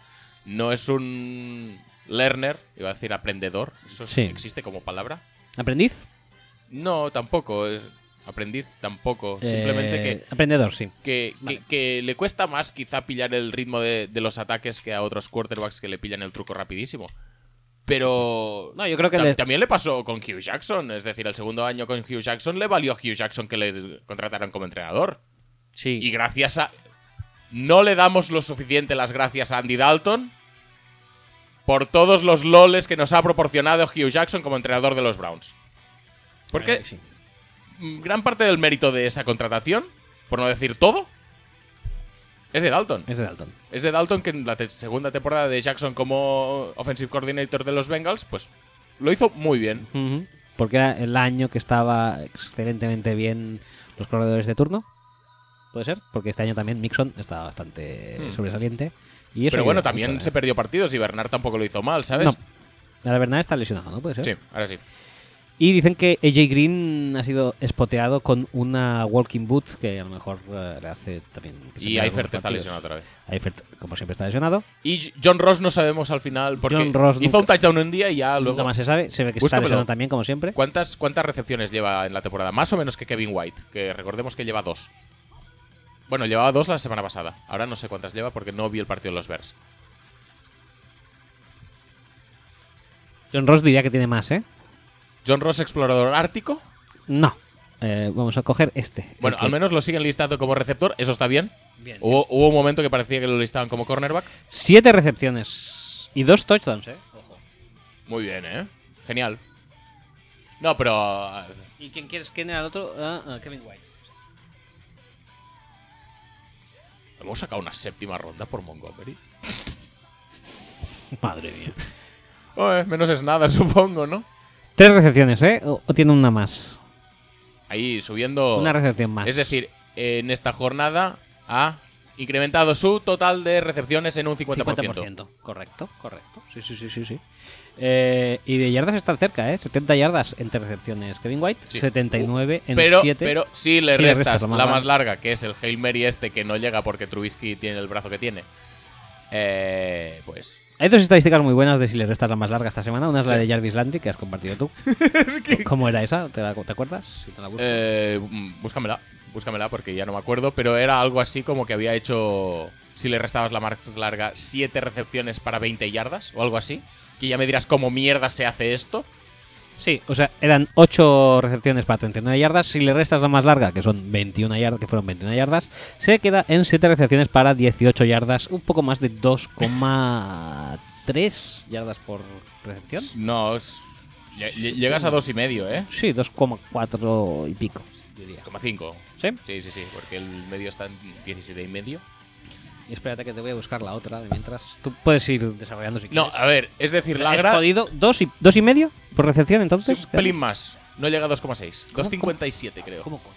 Speaker 2: no es un learner, iba a decir aprendedor. ¿Eso
Speaker 1: Sí.
Speaker 2: existe como palabra?
Speaker 1: ¿Aprendiz?
Speaker 2: No, tampoco. es- aprendiz tampoco. Pues Simplemente
Speaker 1: Eh,
Speaker 2: que
Speaker 1: Aprendedor, sí.
Speaker 2: que, que-
Speaker 1: Vale.
Speaker 2: que le cuesta más quizá pillar el ritmo de, de los ataques que a otros quarterbacks que le pillan el truco rapidísimo. Pero
Speaker 1: No, yo creo que
Speaker 2: tam-
Speaker 1: le-
Speaker 2: también le pasó con Hugh Jackson, es decir, el segundo año con Hugh Jackson le valió a Hugh Jackson que le contrataran como entrenador.
Speaker 1: Sí.
Speaker 2: Y gracias a... No le damos lo suficiente las gracias a Andy Dalton por todos los loles que nos ha proporcionado Hugh Jackson como entrenador de los Browns. Porque
Speaker 1: Sí.
Speaker 2: mm, gran parte del mérito de esa contratación, por no decir todo, es de Dalton.
Speaker 1: Es de Dalton.
Speaker 2: Es de Dalton que en la te- segunda temporada de Jackson como offensive coordinator de los Bengals, pues lo hizo muy bien.
Speaker 1: Porque era el año que estaba excelentemente bien los corredores de turno. ¿Puede ser? Porque este año también Mixon estaba bastante
Speaker 2: Hmm.
Speaker 1: sobresaliente. Y eso
Speaker 2: Pero bueno,
Speaker 1: ayuda
Speaker 2: también
Speaker 1: mucho,
Speaker 2: se
Speaker 1: ¿eh?
Speaker 2: perdió partidos y Bernard tampoco lo hizo mal, ¿sabes?
Speaker 1: No. La verdad está lesionado, ¿no? Puede ser.
Speaker 2: Sí, ahora sí.
Speaker 1: Y dicen que AJ Green ha sido espoteado con una walking boot que a lo mejor eh, le hace también. que se
Speaker 2: Y
Speaker 1: pierda
Speaker 2: Eifert
Speaker 1: algunos
Speaker 2: está
Speaker 1: partidos.
Speaker 2: lesionado otra vez.
Speaker 1: Eifert, como siempre, está lesionado.
Speaker 2: Y J- John Ross no sabemos al final porque
Speaker 1: John Ross
Speaker 2: hizo un
Speaker 1: nunca-
Speaker 2: touchdown un día y ya
Speaker 1: Nunca
Speaker 2: luego...
Speaker 1: más se sabe. Se ve que está
Speaker 2: Búscamelo.
Speaker 1: lesionado también, como siempre.
Speaker 2: ¿Cuántas, ¿Cuántas recepciones lleva en la temporada? Más o menos que Kevin White, que recordemos que lleva dos. Bueno, llevaba dos la semana pasada. Ahora no sé cuántas lleva porque no vi el partido de los Bears.
Speaker 1: John Ross diría que tiene más, ¿eh?
Speaker 2: John Ross, explorador ártico.
Speaker 1: No. Eh, vamos a coger este. el
Speaker 2: Bueno,
Speaker 1: que-
Speaker 2: al menos lo siguen listando como receptor, eso está bien.
Speaker 1: Bien.
Speaker 2: Hubo, hubo un momento que parecía que lo listaban como cornerback.
Speaker 1: Siete recepciones. Y dos touchdowns, ¿eh?
Speaker 2: Muy bien, ¿eh? Genial. No, pero... eh,
Speaker 1: ¿Y quién quieres? ¿Quién era el otro? Ah, Kevin White.
Speaker 2: Hemos sacado una séptima ronda por Montgomery.
Speaker 1: Madre mía.
Speaker 2: Oh, eh, menos es nada, supongo, ¿no?
Speaker 1: Tres recepciones, ¿eh? O, o tiene una más.
Speaker 2: Ahí subiendo...
Speaker 1: Una recepción más.
Speaker 2: Oh, Es decir, en esta jornada ha incrementado su total de recepciones en un 50%.
Speaker 1: 50%. Correcto, correcto. Sí, sí, sí, sí. sí. Eh, y de yardas están cerca, ¿eh? 70 yardas entre recepciones Kevin White,
Speaker 2: Sí. Uh,
Speaker 1: 79 en
Speaker 2: Pero,
Speaker 1: 7.
Speaker 2: pero si le
Speaker 1: Sí,
Speaker 2: restas,
Speaker 1: restas,
Speaker 2: la
Speaker 1: vale.
Speaker 2: más larga, que es el Hail Mary este que no llega porque Trubisky tiene el brazo que tiene, eh, pues...
Speaker 1: Hay dos estadísticas muy buenas de si le restas la más larga esta semana. Una es la
Speaker 2: Sí.
Speaker 1: de Jarvis Landry, que has compartido tú. ¿Cómo era esa? ¿Te, la- te acuerdas? Si te la busco.
Speaker 2: Eh, mm, búscamela, búscamela porque ya no me acuerdo, pero era algo así como que había hecho, si le restabas la más larga, 7 recepciones para 20 yardas o algo así. Que ya me dirás cómo mierda se hace esto.
Speaker 1: Sí, o sea, eran 8 recepciones para 39 yardas. Si le restas la más larga, que son 21 yardas, que fueron 21 yardas, se queda en 7 recepciones para 18 yardas, un poco más de 2,3 yardas por recepción.
Speaker 2: No, es- lle- lle- llegas a dos y medio, ¿eh?
Speaker 1: Sí, 2,4 y pico, diría.
Speaker 2: 5.
Speaker 1: ¿Sí?
Speaker 2: Sí, sí, sí, porque el medio está en 17 y medio.
Speaker 1: Y espérate que te voy a buscar la otra de mientras. Tú puedes ir desarrollando si
Speaker 2: No,
Speaker 1: quieres.
Speaker 2: a ver, es decir, la
Speaker 1: ¿Has
Speaker 2: gra...
Speaker 1: jodido dos y, dos y medio por recepción
Speaker 2: Sí,
Speaker 1: entonces?
Speaker 2: un pelín más. No llega a 2,6.
Speaker 1: ¿Cómo,
Speaker 2: 2,57 creo.
Speaker 1: ¿Cómo coño?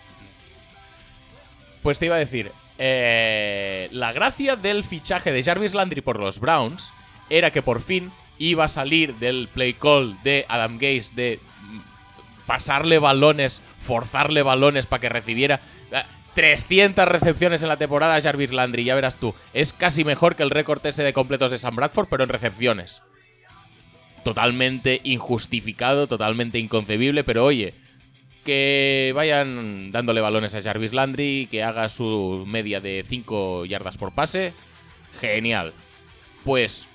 Speaker 2: Pues te iba a decir, eh, la gracia del fichaje de Jarvis Landry por los Browns era que por fin iba a salir del play call de Adam Gase de mm, pasarle balones, forzarle balones para que recibiera. Ah, 300 recepciones en la temporada de Jarvis Landry, ya verás tú. Es casi mejor que el récord ese de completos de Sam Bradford, pero en recepciones. Totalmente injustificado, totalmente inconcebible, pero oye, que vayan dándole balones a Jarvis Landry, que haga su media de 5 yardas por pase. Genial. Pues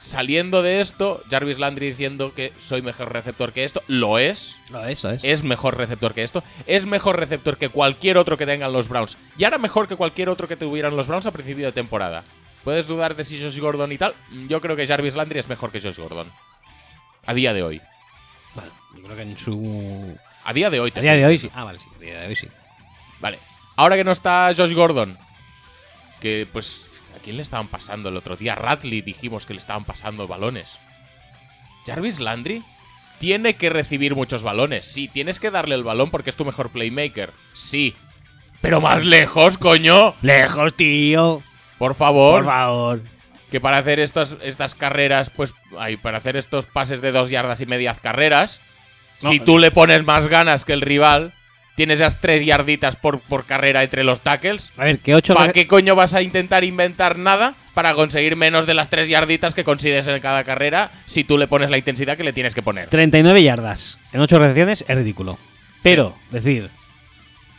Speaker 2: saliendo de esto, Jarvis Landry diciendo que soy mejor receptor que esto, lo es.
Speaker 1: No, eso es.
Speaker 2: Es mejor receptor que esto. Es mejor receptor que cualquier otro que tengan los Browns. Y ahora mejor que cualquier otro que tuvieran los Browns a principio de temporada. Puedes dudar de si Josh Gordon y tal. Yo creo que Jarvis Landry es mejor que Josh Gordon. A día de hoy.
Speaker 1: Bueno, yo creo que en su.
Speaker 2: A día de hoy. te
Speaker 1: A día
Speaker 2: estoy
Speaker 1: de hoy sí.
Speaker 2: diciendo.
Speaker 1: Ah, vale, sí. A día de hoy sí.
Speaker 2: Vale. Ahora que no está Josh Gordon. Que pues. ¿A quién le estaban pasando el otro día? A Radley dijimos que le estaban pasando balones. Jarvis Landry tiene que recibir muchos balones. Sí, tienes que darle el balón porque es tu mejor playmaker. Sí. Pero más lejos, coño.
Speaker 1: Lejos, tío.
Speaker 2: Por favor.
Speaker 1: Por favor.
Speaker 2: que para hacer estas, estas carreras, pues. Ay, para hacer estos pases de dos yardas y medias carreras.
Speaker 1: No,
Speaker 2: si
Speaker 1: pues-
Speaker 2: tú le pones más ganas que el rival, tienes esas tres yarditas por, por carrera entre los tackles.
Speaker 1: A ver, que 8
Speaker 2: ¿Para qué coño vas a intentar inventar nada para conseguir menos de las tres yarditas que consigues en cada carrera si tú le pones la intensidad que le tienes que poner?
Speaker 1: 39 yardas en 8 recepciones es ridículo. Pero, decir.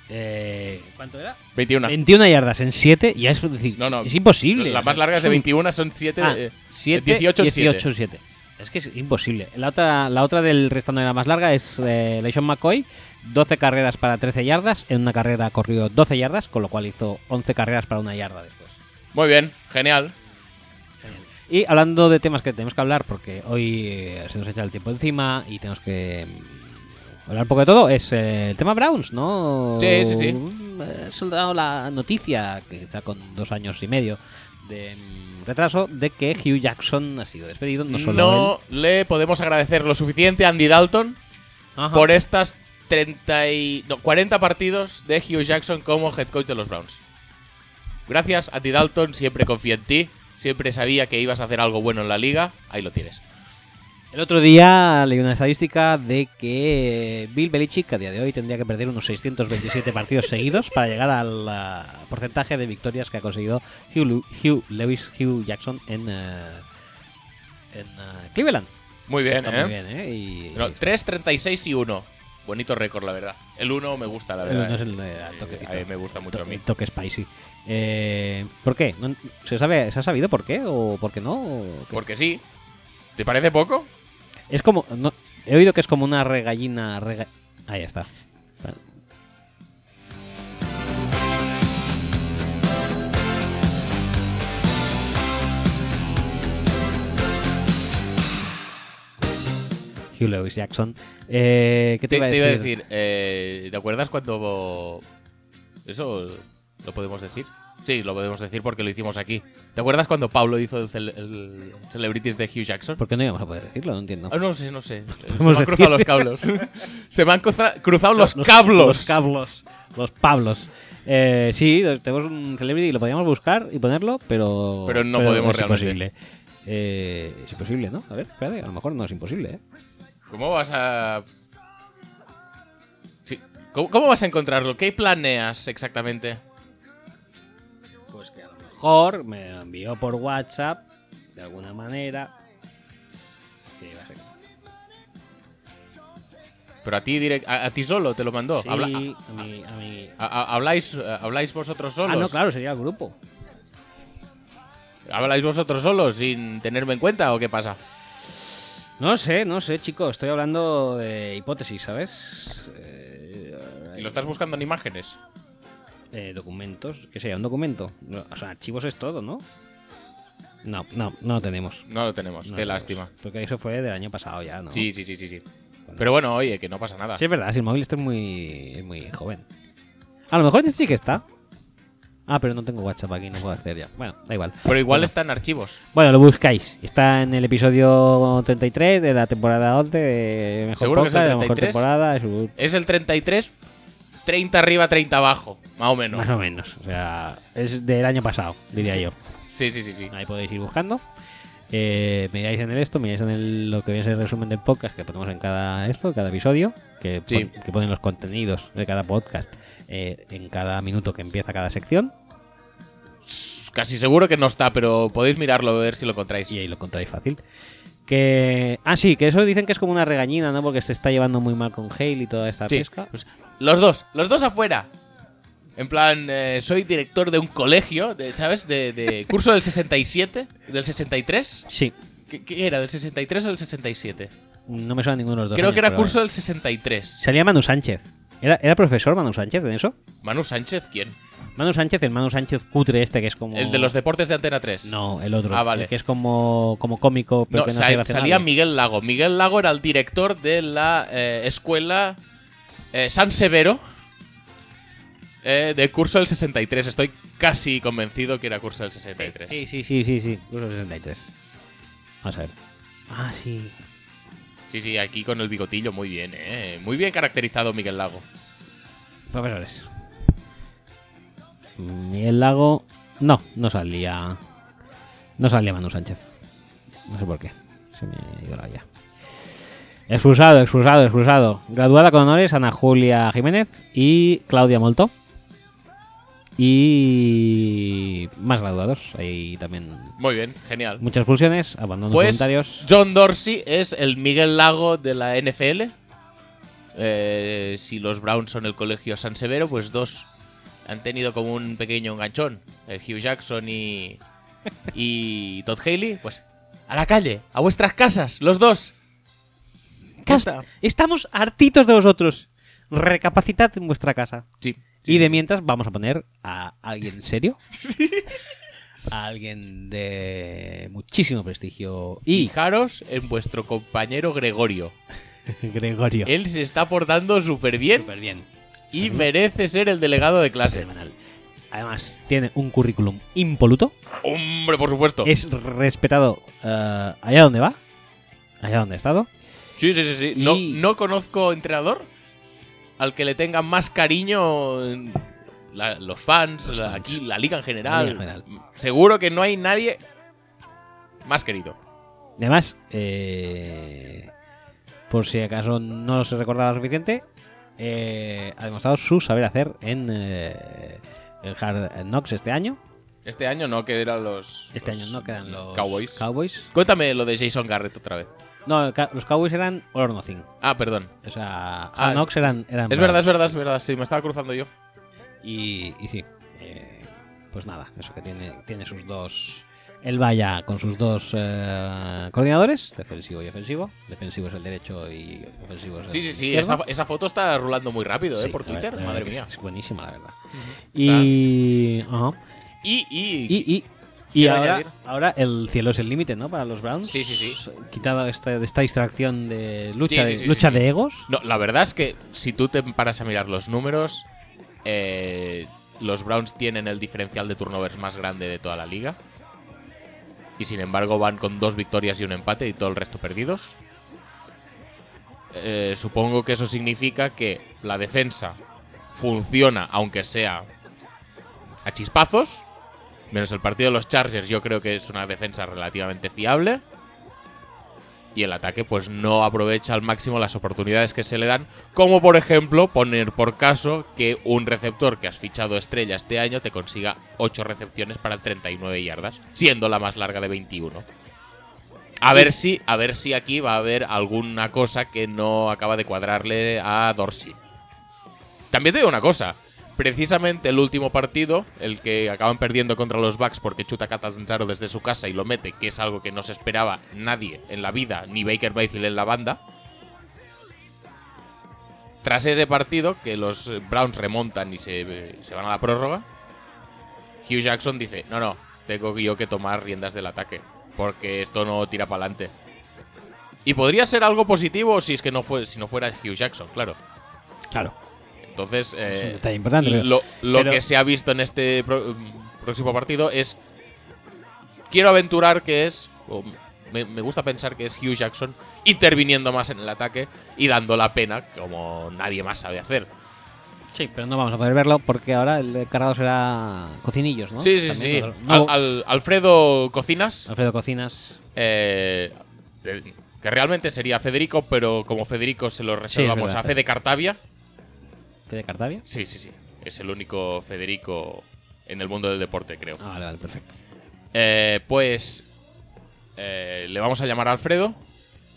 Speaker 1: eh, ¿Cuánto era?
Speaker 2: 21.
Speaker 1: 21 yardas en 7 ya es decir.
Speaker 2: No, no.
Speaker 1: Es imposible.
Speaker 2: Las
Speaker 1: o
Speaker 2: más
Speaker 1: sea,
Speaker 2: largas de eh,
Speaker 1: es un-
Speaker 2: 21 son 7.
Speaker 1: Ah, 7,
Speaker 2: 18,
Speaker 1: 18, 7. Es que es imposible. La otra, la otra del restante de la más larga es eh, Leishon McCoy. 12 carreras para 13 yardas. En una carrera corrió 12 yardas, con lo cual hizo 11 carreras para una yarda después.
Speaker 2: Muy bien, genial.
Speaker 1: Y hablando de temas que tenemos que hablar, porque hoy eh, se nos echa el tiempo encima y tenemos que mm, hablar un poco de todo, es eh, el tema Browns, ¿no?
Speaker 2: Sí, sí, sí.
Speaker 1: Mm, eh, Se ha dado la noticia, que está con dos años y medio de mm, retraso, de que Hugh Jackson ha sido despedido, no
Speaker 2: No,
Speaker 1: solo él.
Speaker 2: le podemos agradecer lo suficiente a Andy Dalton
Speaker 1: Ajá.
Speaker 2: por estas 30 y, no, 40 partidos de Hugh Jackson como head coach de los Browns. Gracias, Andy Dalton. Siempre confié en ti. Siempre sabía que ibas a hacer algo bueno en la liga. Ahí lo tienes.
Speaker 1: El otro día leí una estadística de que Bill Belichick a día de hoy tendría que perder unos 627 partidos seguidos para llegar al ah, porcentaje de victorias que ha conseguido Hugh, Lu- Hugh Lewis, Hugh Jackson en, eh, en ah, Cleveland.
Speaker 2: Muy bien,
Speaker 1: Está
Speaker 2: ¿eh?
Speaker 1: muy bien, ¿eh? Y,
Speaker 2: No, 3, 36 y 1. Bonito récord, la verdad. El 1 me gusta, la
Speaker 1: el
Speaker 2: verdad.
Speaker 1: uno es
Speaker 2: ¿eh?
Speaker 1: el, eh, al toquecito.
Speaker 2: a mí me gusta mucho
Speaker 1: To-
Speaker 2: a mí.
Speaker 1: el toque spicy. Eh, ¿Por qué? No- ¿se, sabe, ¿Se ha sabido por qué o por qué no? ¿O qué?
Speaker 2: Porque sí. ¿Te parece poco?
Speaker 1: Es como. no- he oído que es como una regallina. rega- Ahí está. Hugh Lewis Jackson. Eh, ¿Qué te,
Speaker 2: Te,
Speaker 1: iba, a
Speaker 2: te iba a
Speaker 1: decir?
Speaker 2: decir, eh, ¿te acuerdas cuando... Eso lo podemos decir? Sí, lo podemos decir porque lo hicimos aquí. ¿Te acuerdas cuando Pablo hizo el, cel- el Celebrities de Hugh Jackson?
Speaker 1: ¿Por qué no íbamos a poder decirlo? No entiendo.
Speaker 2: Ah, no sé, no sé. Se me
Speaker 1: Podemos
Speaker 2: han cruzado los
Speaker 1: decir.
Speaker 2: cablos. Se me han cruza- cruzado los,
Speaker 1: Los-
Speaker 2: cablos.
Speaker 1: Los cablos. Los pablos. Eh, sí, tenemos un celebrity y lo podíamos buscar y ponerlo, pero.
Speaker 2: Pero no podemos
Speaker 1: es
Speaker 2: realmente.
Speaker 1: imposible. Eh, es imposible, ¿no? A ver, espérate, a lo mejor no es imposible, ¿eh?
Speaker 2: ¿Cómo vas a.? Sí, ¿Cómo, cómo vas a encontrarlo? ¿Qué planeas exactamente?
Speaker 1: Pues que a lo mejor me lo envió por WhatsApp, de alguna manera. Sí, va a ser.
Speaker 2: Pero a ti direct, a, a ti solo te lo mandó.
Speaker 1: Sí,
Speaker 2: Oh, Habla-
Speaker 1: a mi- a mi-
Speaker 2: a- a- habláis, eh, habláis vosotros solos.
Speaker 1: Ah, no, claro, sería el grupo.
Speaker 2: Habláis vosotros solos sin tenerme en cuenta o qué pasa.
Speaker 1: No sé, no sé, chico, estoy hablando de hipótesis, ¿sabes? Eh,
Speaker 2: Y lo estás buscando en imágenes.
Speaker 1: eh, documentos, ¿qué sería? ¿Un documento? No, O sea, archivos es todo, ¿no? No, no, no lo tenemos.
Speaker 2: No lo tenemos.
Speaker 1: No
Speaker 2: qué
Speaker 1: lo
Speaker 2: lástima.
Speaker 1: tenemos, Porque eso fue del año pasado ya, ¿no?
Speaker 2: Sí, sí, sí, sí, sí.
Speaker 1: Bueno.
Speaker 2: Pero bueno, oye, que no pasa nada.
Speaker 1: Sí, es verdad, si el móvil está muy, muy joven. A lo mejor sí que está. Ah, pero no tengo WhatsApp aquí, no puedo acceder ya. Bueno, da igual.
Speaker 2: Pero igual
Speaker 1: Bueno.
Speaker 2: está en archivos.
Speaker 1: Bueno, lo buscáis. Está en el episodio 33 de la temporada 11. de Mejor
Speaker 2: ¿Seguro que es
Speaker 1: Podcast,
Speaker 2: el
Speaker 1: de la mejor
Speaker 2: 33?
Speaker 1: temporada. de su-
Speaker 2: Es el 33, 30 arriba, 30 abajo. Más o menos.
Speaker 1: Más o menos. O sea, es del año pasado, diría yo.
Speaker 2: Sí, sí, sí, sí.
Speaker 1: Ahí podéis ir buscando. Eh, miráis en el esto, miráis en el, lo que viene a ser el resumen del podcast que ponemos en cada esto, cada episodio, que,
Speaker 2: Sí.
Speaker 1: pon- que ponen los contenidos de cada podcast eh, en cada minuto que empieza cada sección.
Speaker 2: Casi seguro que no está, pero podéis mirarlo a ver si lo encontráis.
Speaker 1: y ahí lo encontráis fácil. Que. Ah, sí, que eso dicen que es como una regañina, ¿no? Porque se está llevando muy mal con Hale y toda esta
Speaker 2: Sí,
Speaker 1: pesca.
Speaker 2: pues, los dos, los dos afuera. En plan, eh, soy director de un colegio, de- ¿sabes? De, de curso del 67, del 63.
Speaker 1: Sí,
Speaker 2: ¿Qué, qué era? ¿Del 63 o del 67?
Speaker 1: no me suena ninguno de los dos.
Speaker 2: Creo
Speaker 1: años,
Speaker 2: que era
Speaker 1: pero
Speaker 2: curso
Speaker 1: vale.
Speaker 2: del 63.
Speaker 1: Salía Manu Sánchez. ¿Era, ¿Era profesor Manu Sánchez en eso?
Speaker 2: ¿Manu Sánchez? ¿Quién?
Speaker 1: Manu Sánchez, el Manu Sánchez cutre este que es como.
Speaker 2: ¿El de los deportes de Antena 3?
Speaker 1: No, el otro.
Speaker 2: Ah, vale.
Speaker 1: El que es como, como cómico, pero
Speaker 2: No,
Speaker 1: que no
Speaker 2: sa-
Speaker 1: hace gracia a
Speaker 2: salía
Speaker 1: nadie.
Speaker 2: Miguel Lago. Miguel Lago era el director de la eh, escuela eh, San Severo eh, de curso del 63. Estoy casi convencido que era curso del 63.
Speaker 1: Sí, sí, sí, sí, sí. Curso 63. Vamos a ver. Ah, sí.
Speaker 2: Sí, sí, aquí con el bigotillo, muy bien, ¿eh? Muy bien caracterizado Miguel Lago.
Speaker 1: Profesores. Miguel Lago. No, no salía. No salía Manu Sánchez. No sé por qué. Se me ha ido la olla. Expulsado, expulsado, expulsado. Graduada con honores Ana Julia Jiménez y Claudia Molto. Y más graduados. Hay también
Speaker 2: Muy bien, genial.
Speaker 1: muchas expulsiones, abandono
Speaker 2: Pues
Speaker 1: voluntarios.
Speaker 2: John Dorsey es el Miguel Lago de la NFL. Eh, si los Browns son el colegio San Severo, pues dos han tenido como un pequeño enganchón. Eh, Hugh Jackson y, y Todd Haley. Pues a la calle, a vuestras casas, los dos. Ya está.
Speaker 1: Estamos hartitos de vosotros. Recapacitad en vuestra casa.
Speaker 2: Sí.
Speaker 1: Y de mientras vamos a poner a alguien serio. A alguien de muchísimo prestigio. Y
Speaker 2: Fijaros en vuestro compañero Gregorio.
Speaker 1: Gregorio.
Speaker 2: Él se está portando súper bien
Speaker 1: Súper bien.
Speaker 2: y merece ser el delegado de clase.
Speaker 1: Fenomenal. Además, tiene un currículum impoluto.
Speaker 2: Hombre, por supuesto.
Speaker 1: Es respetado eh, allá donde va. Allá donde ha estado.
Speaker 2: Sí, sí, sí, sí. No,
Speaker 1: Y-
Speaker 2: no conozco entrenador al que le tengan más cariño en la- los fans, la-
Speaker 1: fans.
Speaker 2: aquí la liga en
Speaker 1: La
Speaker 2: general. Mm,
Speaker 1: liga en
Speaker 2: Seguro que no hay nadie más querido.
Speaker 1: Además, eh, por si acaso no se recordaba lo suficiente, eh, ha demostrado su saber hacer en eh, el Hard Knocks este año.
Speaker 2: Este año no, que eran los.
Speaker 1: Este
Speaker 2: los
Speaker 1: año no quedan los
Speaker 2: Cowboys.
Speaker 1: Cowboys.
Speaker 2: Cuéntame lo de Jason Garrett otra vez.
Speaker 1: No, el ca- los Cowboys eran All or Nothing.
Speaker 2: Ah, perdón.
Speaker 1: O sea,
Speaker 2: Ah,
Speaker 1: Knox eran, eran.
Speaker 2: Es verdad, es verdad, es verdad. Sí, me estaba cruzando yo.
Speaker 1: Y, y sí. eh, pues nada, eso que tiene, tiene sus dos. Él vaya con sus dos eh, coordinadores, defensivo y ofensivo. Defensivo es el derecho y ofensivo es el
Speaker 2: Sí, sí, sí.
Speaker 1: izquierdo.
Speaker 2: Esa, esa foto está rulando muy rápido, ¿eh?
Speaker 1: Sí,
Speaker 2: por
Speaker 1: la ver-
Speaker 2: Twitter.
Speaker 1: la verdad
Speaker 2: Madre
Speaker 1: que
Speaker 2: mía.
Speaker 1: Es buenísima, la verdad. Y. ajá.
Speaker 2: Y, y,
Speaker 1: Y. y y
Speaker 2: Quiero
Speaker 1: ahora,
Speaker 2: añadir-
Speaker 1: ahora el cielo es el límite, ¿no? Para los Browns.
Speaker 2: Sí, sí, sí.
Speaker 1: Quitado esta, de esta distracción de lucha,
Speaker 2: Sí, sí,
Speaker 1: de,
Speaker 2: sí, sí,
Speaker 1: lucha
Speaker 2: sí.
Speaker 1: de egos.
Speaker 2: No, la verdad es que si tú te paras a mirar los números, eh, los Browns tienen el diferencial de turnovers más grande de toda la liga. Y sin embargo van con dos victorias y un empate y todo el resto perdidos. Eh, supongo que eso significa que la defensa funciona, aunque sea a chispazos. Menos el partido de los Chargers, yo creo que es una defensa relativamente fiable y el ataque pues no aprovecha al máximo las oportunidades que se le dan, como por ejemplo poner por caso que un receptor que has fichado estrella este año te consiga 8 recepciones para 39 yardas, siendo la más larga de 21. A ver si, a ver si aquí va a haber alguna cosa que no acaba de cuadrarle a Dorsey. También te digo una cosa. Precisamente el último partido, el que acaban perdiendo contra los Bucks porque chuta Catanzaro desde su casa y lo mete, que es algo que no se esperaba nadie en la vida, ni Baker Mayfield en la banda. Tras ese partido, que los eh, Browns remontan y se, eh, se van a la prórroga, Hugh Jackson dice, no, no, tengo yo que tomar riendas del ataque, porque esto no tira para adelante. Y podría ser algo positivo si es que no fue, si no fuera Hugh Jackson, claro.
Speaker 1: Claro.
Speaker 2: Entonces, eh,
Speaker 1: Es un detalle importante, pero-
Speaker 2: lo, lo
Speaker 1: pero-
Speaker 2: que se ha visto en este pro- mm, próximo partido es. Quiero aventurar que es. o me, me gusta pensar que es Hugh Jackson interviniendo más en el ataque y dando la pena, como nadie más sabe hacer.
Speaker 1: Sí, pero no vamos a poder verlo porque ahora el cargado será cocinillos, ¿no?
Speaker 2: Sí, sí,
Speaker 1: También Ah.
Speaker 2: sí.
Speaker 1: otro-
Speaker 2: Al-
Speaker 1: no,
Speaker 2: al- Alfredo Cocinas.
Speaker 1: Alfredo Cocinas.
Speaker 2: eh, de- que realmente sería Federico, pero como Federico se lo reservamos
Speaker 1: verdad.
Speaker 2: a Fede Cartavia.
Speaker 1: ¿Qué de Cartavia?
Speaker 2: Sí, sí, sí. Es el único Federico en el mundo del deporte, creo.
Speaker 1: Ah, vale, vale, perfecto.
Speaker 2: Eh, pues eh, le vamos a llamar a Alfredo,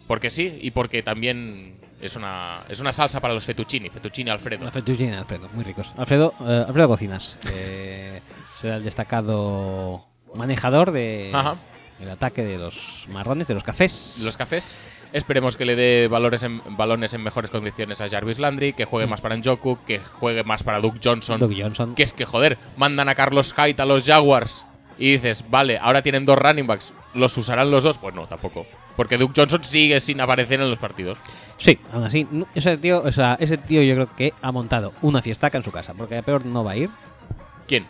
Speaker 2: porque sí, y porque también es una, es una salsa para los fettuccini, fettuccini Alfredo.
Speaker 1: Los fettuccine de Alfredo, muy ricos. Alfredo, eh, Alfredo Cocinas, que será el destacado manejador de
Speaker 2: Ajá.
Speaker 1: el ataque de los marrones, de los cafés.
Speaker 2: Los cafés. Esperemos que le dé valores en, balones en mejores condiciones a Jarvis Landry, que juegue más para Njoku, que juegue más para Duke Johnson.
Speaker 1: Doug Johnson.
Speaker 2: Que es que, joder, mandan a Carlos Hyde a los Jaguars y dices, vale, ahora tienen dos running backs, ¿los usarán los dos? Pues no, tampoco. Porque Duke Johnson sigue sin aparecer en los partidos.
Speaker 1: Sí, aún así, no- ese tío, o sea, ese tío yo creo que ha montado una fiestaca en su casa, porque a peor no va a ir.
Speaker 2: ¿Quién?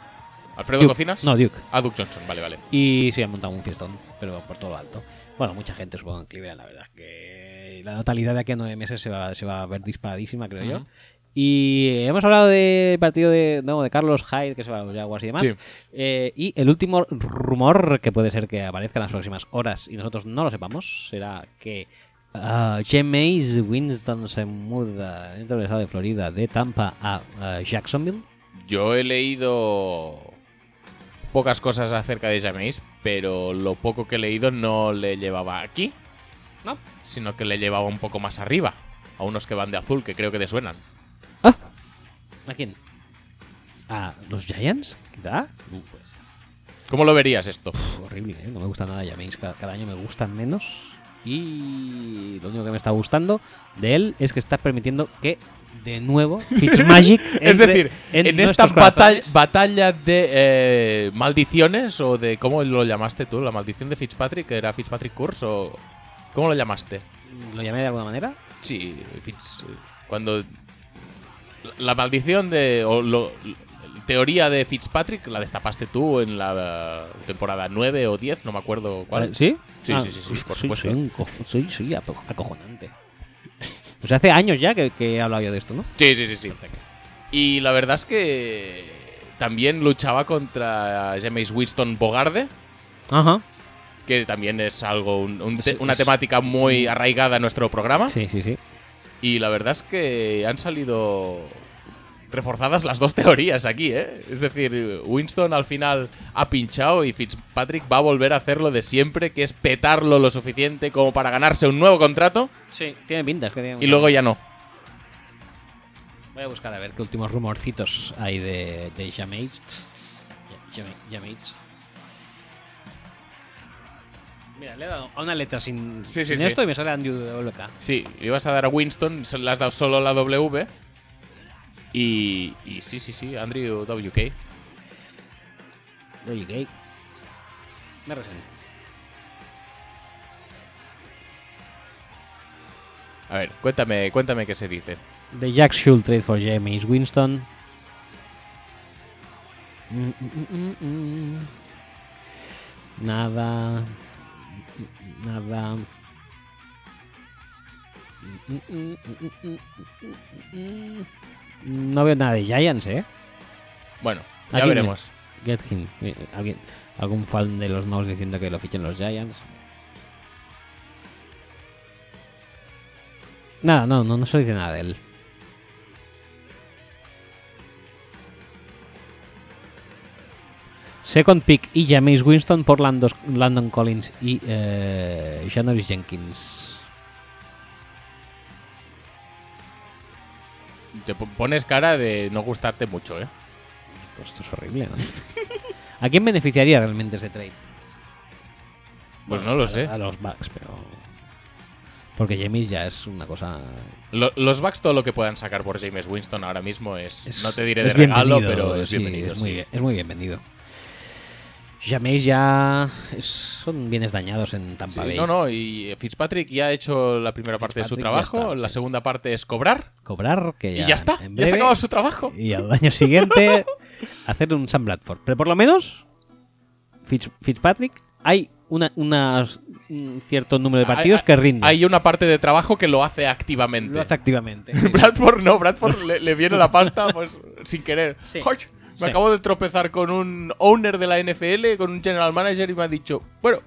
Speaker 2: ¿Alfredo
Speaker 1: Duke.
Speaker 2: Cocinas?
Speaker 1: No, Duke.
Speaker 2: A Duke Johnson, vale, vale.
Speaker 1: Y sí, ha montado un fiestón, pero por todo lo alto. Bueno, mucha gente, supongo, en Cleveland, la verdad. es que la natalidad de aquí a nueve meses se va, se va a ver disparadísima, creo yo.
Speaker 2: Ujú.
Speaker 1: Y eh, hemos hablado del partido de, no, de Carlos Hyde, que se va a los Jaguars y demás.
Speaker 2: Sí.
Speaker 1: Eh, y el último rumor que puede ser que aparezca en las próximas horas y nosotros no lo sepamos será que ah, Jameis Winston se muda dentro del estado de Florida de Tampa a ah, Jacksonville.
Speaker 2: Yo he leído pocas cosas acerca de Jameis, pero lo poco que he leído no le llevaba aquí,
Speaker 1: ¿No?
Speaker 2: sino que le llevaba un poco más arriba, a unos que van de azul, que creo que te suenan.
Speaker 1: ¿A quién? ¿A los Giants? ¿Quizá? Uh, pues,
Speaker 2: ¿Cómo lo verías esto?
Speaker 1: Pff, horrible, ¿eh? no me gusta nada Jameis, cada, cada año me gustan menos y lo único que me está gustando de él es que está permitiendo que de nuevo Fitzmagic
Speaker 2: es
Speaker 1: entre
Speaker 2: decir, en, esta
Speaker 1: nuestros
Speaker 2: batalla,
Speaker 1: corazones.
Speaker 2: batalla de eh, maldiciones o de cómo lo llamaste tú, la maldición de Fitzpatrick, era Fitzpatrick Curse o cómo lo llamaste?
Speaker 1: lo llamé de alguna manera
Speaker 2: Sí, Fitz, cuando la maldición de o lo- la teoría de Fitzpatrick la destapaste tú en la temporada 9 o 10, no me acuerdo cuál.
Speaker 1: Ah, ¿Sí?
Speaker 2: Sí, sí, sí, sí,
Speaker 1: uf,
Speaker 2: por
Speaker 1: soy,
Speaker 2: supuesto.
Speaker 1: Soy, un co- soy, soy aco- acojonante. O sea, hace años ya que, que he hablado yo de esto, ¿no?
Speaker 2: Sí, sí, sí, sí. Y la verdad es que también luchaba contra James Winston Bogarde,
Speaker 1: Ajá.
Speaker 2: que también es algo un- un te-
Speaker 1: Es-
Speaker 2: una
Speaker 1: es-
Speaker 2: temática muy arraigada en nuestro programa.
Speaker 1: Sí, sí, sí.
Speaker 2: Y la verdad es que han salido reforzadas las dos teorías aquí, ¿eh? Es decir, Winston al final ha pinchado y Fitzpatrick va a volver a hacer lo de siempre, que es petarlo lo suficiente como para ganarse un nuevo contrato
Speaker 1: Sí, tiene pintas. Que tiene
Speaker 2: y luego ya no.
Speaker 1: Voy a buscar a ver qué últimos rumorcitos hay de, de Jameis. Tss, tss. Ya- Jame- Jameis. Mira, le he dado a una letra sin,
Speaker 2: Sí, sí,
Speaker 1: sin
Speaker 2: sí.
Speaker 1: esto y me sale Andrew de WK.
Speaker 2: Sí, ibas a dar a Winston, se- le has dado solo la W. Y, y sí, sí, sí, Andrew WK.
Speaker 1: Oye, gay. Me resenté.
Speaker 2: A ver, cuéntame, cuéntame qué se dice.
Speaker 1: The Jack should trade for James Winston. Mm, mm, mm, mm, mm. Nada. Mm, mm, Nada. Mm, mm, mm, mm, mm, mm, mm, mm. No veo nada de Giants, ¿eh?
Speaker 2: Bueno,
Speaker 1: Aquí
Speaker 2: ya
Speaker 1: me-
Speaker 2: veremos.
Speaker 1: Get him. Eh, ¿Alguien, algún fan de los Nows diciendo que lo fichen los Giants. Nada, no, no, no se dice nada de él. Second pick y James Winston por Landos- Landon Collins y eh, Janoris Jenkins.
Speaker 2: Te po- pones cara de no gustarte mucho, ¿eh?
Speaker 1: Esto, esto es horrible, ¿no? ¿A quién beneficiaría realmente ese trade?
Speaker 2: Pues
Speaker 1: Bueno,
Speaker 2: no lo
Speaker 1: a-
Speaker 2: sé.
Speaker 1: A los Bucks, pero. Porque James ya es una cosa.
Speaker 2: Lo- los backs todo lo que puedan sacar por James Winston ahora mismo es,
Speaker 1: es-
Speaker 2: no te diré de
Speaker 1: es
Speaker 2: regalo,
Speaker 1: bienvenido,
Speaker 2: pero es
Speaker 1: sí,
Speaker 2: bienvenido.
Speaker 1: Es muy,
Speaker 2: sí.
Speaker 1: bien- es muy bienvenido. James ya. es- son bienes dañados en
Speaker 2: Sí,
Speaker 1: Tampa Bay.
Speaker 2: no, no, y Fitzpatrick ya ha hecho la primera parte de su
Speaker 1: Fitzpatrick ya
Speaker 2: trabajo,
Speaker 1: está,
Speaker 2: la
Speaker 1: sí.
Speaker 2: segunda parte es cobrar
Speaker 1: Cobrar, que ya.
Speaker 2: y ya está,
Speaker 1: en
Speaker 2: ya
Speaker 1: breve,
Speaker 2: se
Speaker 1: eh,
Speaker 2: acaba su trabajo.
Speaker 1: Y al año siguiente. hacer un Sam Bradford. Pero por lo menos. Fitz- Fitzpatrick, hay una, unas- un cierto número de
Speaker 2: Hay-
Speaker 1: partidos
Speaker 2: hay-
Speaker 1: que rinden.
Speaker 2: Hay una parte de trabajo que lo hace activamente.
Speaker 1: Lo hace activamente.
Speaker 2: Bradford no, Bradford le, le viene la pasta pues, sin querer.
Speaker 1: Sí.
Speaker 2: Josh, me
Speaker 1: Sí.
Speaker 2: acabo de tropezar con un owner de la NFL, con un general manager y me ha dicho, bueno,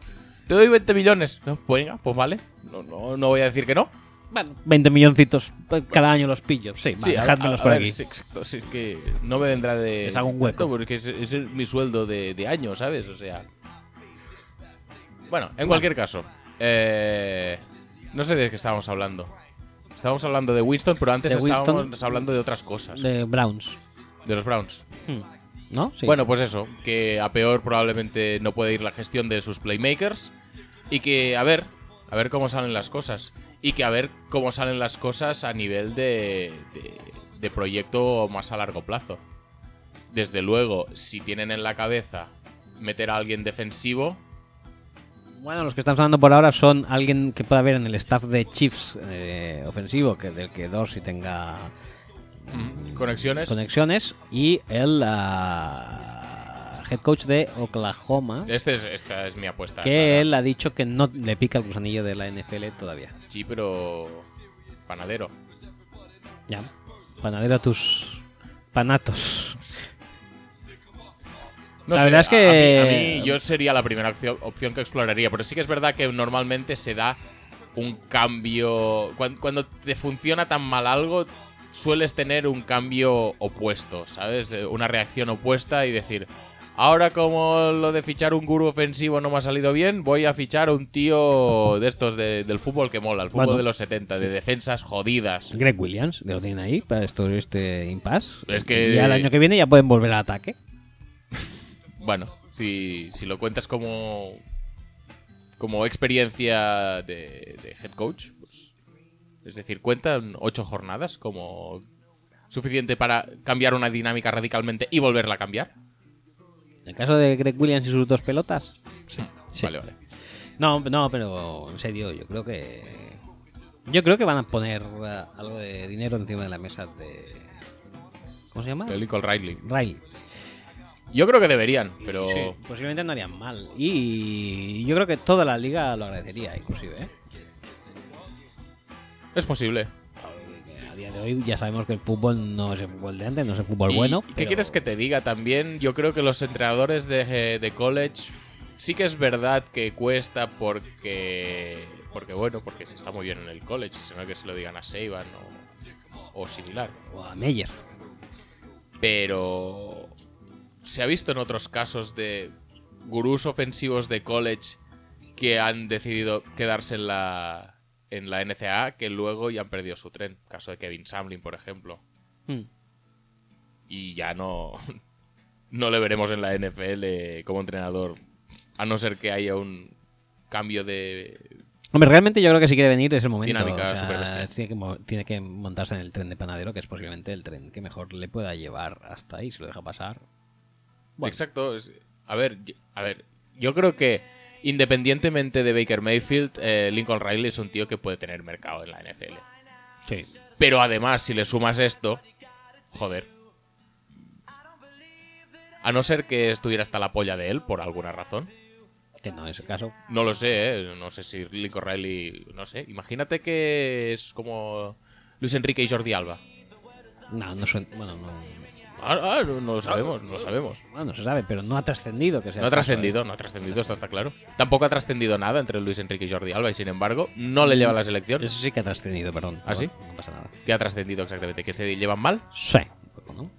Speaker 2: Te doy 20 millones. No, pues venga, pues vale. No, no, no voy a decir que no.
Speaker 1: Bueno, 20 milloncitos eh, cada año los pillo. Sí, vale,
Speaker 2: a-
Speaker 1: dejádmelos
Speaker 2: a- a
Speaker 1: por
Speaker 2: ver,
Speaker 1: aquí.
Speaker 2: sí, exacto, sí, que no me vendrá de.
Speaker 1: Les hago un hueco.
Speaker 2: tanto, Porque ese ese es mi sueldo de, de año, ¿sabes? O sea. Bueno, en cualquier caso. eh, no sé de qué estábamos hablando. Estábamos hablando de Winston, pero antes
Speaker 1: De Winston.
Speaker 2: estábamos hablando de otras cosas. De,
Speaker 1: De Browns.
Speaker 2: los Browns.
Speaker 1: Hmm. ¿No? Sí.
Speaker 2: Bueno, pues eso. Que a peor probablemente no puede ir la gestión de sus playmakers. Y que, a ver. A ver cómo salen las cosas. Y que a ver cómo salen las cosas a nivel de- de- de proyecto más a largo plazo. Desde luego, si tienen en la cabeza meter a alguien defensivo,
Speaker 1: Bueno, los que estamos hablando por ahora son alguien que pueda haber en el staff de Chiefs eh, ofensivo, que del que Dorsey tenga
Speaker 2: conexiones.
Speaker 1: conexiones, y el ah, head coach de Oklahoma,
Speaker 2: Este es, esta es mi apuesta.
Speaker 1: que él ha dicho que no le pica el gusanillo de la NFL todavía.
Speaker 2: Sí, pero. Panadero.
Speaker 1: Ya. Panadero a tus panatos.
Speaker 2: No
Speaker 1: La
Speaker 2: sé,
Speaker 1: verdad es
Speaker 2: a-
Speaker 1: que-
Speaker 2: A mí, a mí yo sería la primera opción, opción que exploraría, pero sí que es verdad que normalmente se da un cambio. Cuando, cuando te funciona tan mal algo, sueles tener un cambio opuesto, ¿sabes? Eh, Una reacción opuesta y decir. Ahora como lo de fichar un gurú ofensivo no me ha salido bien, voy a fichar un tío de estos de- del fútbol que mola, el fútbol
Speaker 1: Bueno.
Speaker 2: de los 70, de defensas jodidas.
Speaker 1: Greg Williams, lo tienen ahí para esto, este impasse.
Speaker 2: Es que-
Speaker 1: Y al año que viene ya pueden volver al ataque.
Speaker 2: Bueno, si, si lo cuentas como, como experiencia de, de head coach, pues, es decir, cuentan ocho jornadas como suficiente para cambiar una dinámica radicalmente y volverla a cambiar.
Speaker 1: En el caso de Greg Williams y sus dos pelotas. Sí.
Speaker 2: Vale, vale.
Speaker 1: No, no, pero en serio, yo creo que. Yo creo que van a poner eh, algo de dinero encima de la mesa de. ¿Cómo se llama?
Speaker 2: De Lincoln Riley.
Speaker 1: Riley.
Speaker 2: Yo creo que deberían, pero
Speaker 1: Sí, posiblemente no harían mal. Y yo creo que toda la liga lo agradecería, inclusive. ¿eh?
Speaker 2: es posible.
Speaker 1: Porque A día de hoy ya sabemos que el fútbol no es el fútbol de antes, no es el fútbol
Speaker 2: Y-
Speaker 1: bueno.
Speaker 2: ¿y ¿Qué
Speaker 1: pero-
Speaker 2: quieres que te diga también? Yo creo que los entrenadores de, de college sí que es verdad que cuesta porque, porque bueno, porque se está muy bien en el college, sino que se lo digan a Saban o, o similar.
Speaker 1: O a Meyer.
Speaker 2: Pero se ha visto en otros casos de gurús ofensivos de college que han decidido quedarse en la en la NCAA que luego ya han perdido su tren. Caso de Kevin Samlin, por ejemplo
Speaker 1: Hmm.
Speaker 2: y ya no, no le veremos en la NFL como entrenador, a no ser que haya un cambio de...
Speaker 1: Hombre, realmente yo creo que si quiere venir es el momento.
Speaker 2: Dinámica
Speaker 1: o sea,
Speaker 2: superbestial.
Speaker 1: tiene, que, mo- tiene que montarse en el tren de panadero, que es posiblemente el tren que mejor le pueda llevar hasta ahí, si lo deja pasar. Bueno.
Speaker 2: Exacto. es- A ver, yo- a ver, yo creo que independientemente de Baker Mayfield, eh, Lincoln Riley es un tío que puede tener mercado en la NFL.
Speaker 1: Sí.
Speaker 2: Pero además, si le sumas esto, joder. A no ser que estuviera hasta la polla de él, por alguna razón.
Speaker 1: Que no es el caso.
Speaker 2: No lo sé, ¿eh? no sé si Lincoln Riley, no sé. Imagínate que es como Luis Enrique y Jordi Alba.
Speaker 1: No, no suena. Bueno, no,
Speaker 2: Ah, ah, no, no lo sabemos, no lo sabemos.
Speaker 1: bueno, no se sabe, pero no ha trascendido que sea.
Speaker 2: No
Speaker 1: el
Speaker 2: ha
Speaker 1: caso,
Speaker 2: trascendido, no ha trascendido, esto está claro. Tampoco ha trascendido nada entre Luis Enrique y Jordi Alba y sin embargo no le lleva a la
Speaker 1: ¿eh?
Speaker 2: selección.
Speaker 1: Eso sí que ha trascendido, perdón.
Speaker 2: ¿Ah, sí?
Speaker 1: No pasa nada.
Speaker 2: ¿Qué ha trascendido exactamente? ¿Que se llevan mal?
Speaker 1: Sí. un poco, ¿no?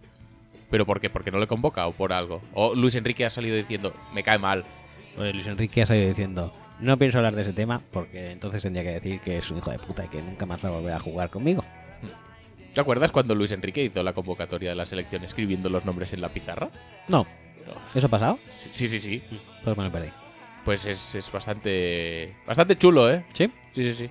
Speaker 2: ¿Pero por qué? ¿Porque no le convoca o por algo? O Luis Enrique ha salido diciendo, me cae mal.
Speaker 1: Pues Luis Enrique ha salido diciendo: No pienso hablar de ese tema porque entonces tendría que decir que es un hijo de puta y que nunca más va a volver a jugar conmigo.
Speaker 2: ¿Te acuerdas cuando Luis Enrique hizo la convocatoria de la selección escribiendo los nombres en la pizarra?
Speaker 1: No.
Speaker 2: No.
Speaker 1: ¿Eso ha pasado?
Speaker 2: Sí, sí, sí.
Speaker 1: Pues me lo perdí.
Speaker 2: Pues es, es bastante, bastante chulo, ¿eh?
Speaker 1: ¿Sí?
Speaker 2: Sí, sí, sí.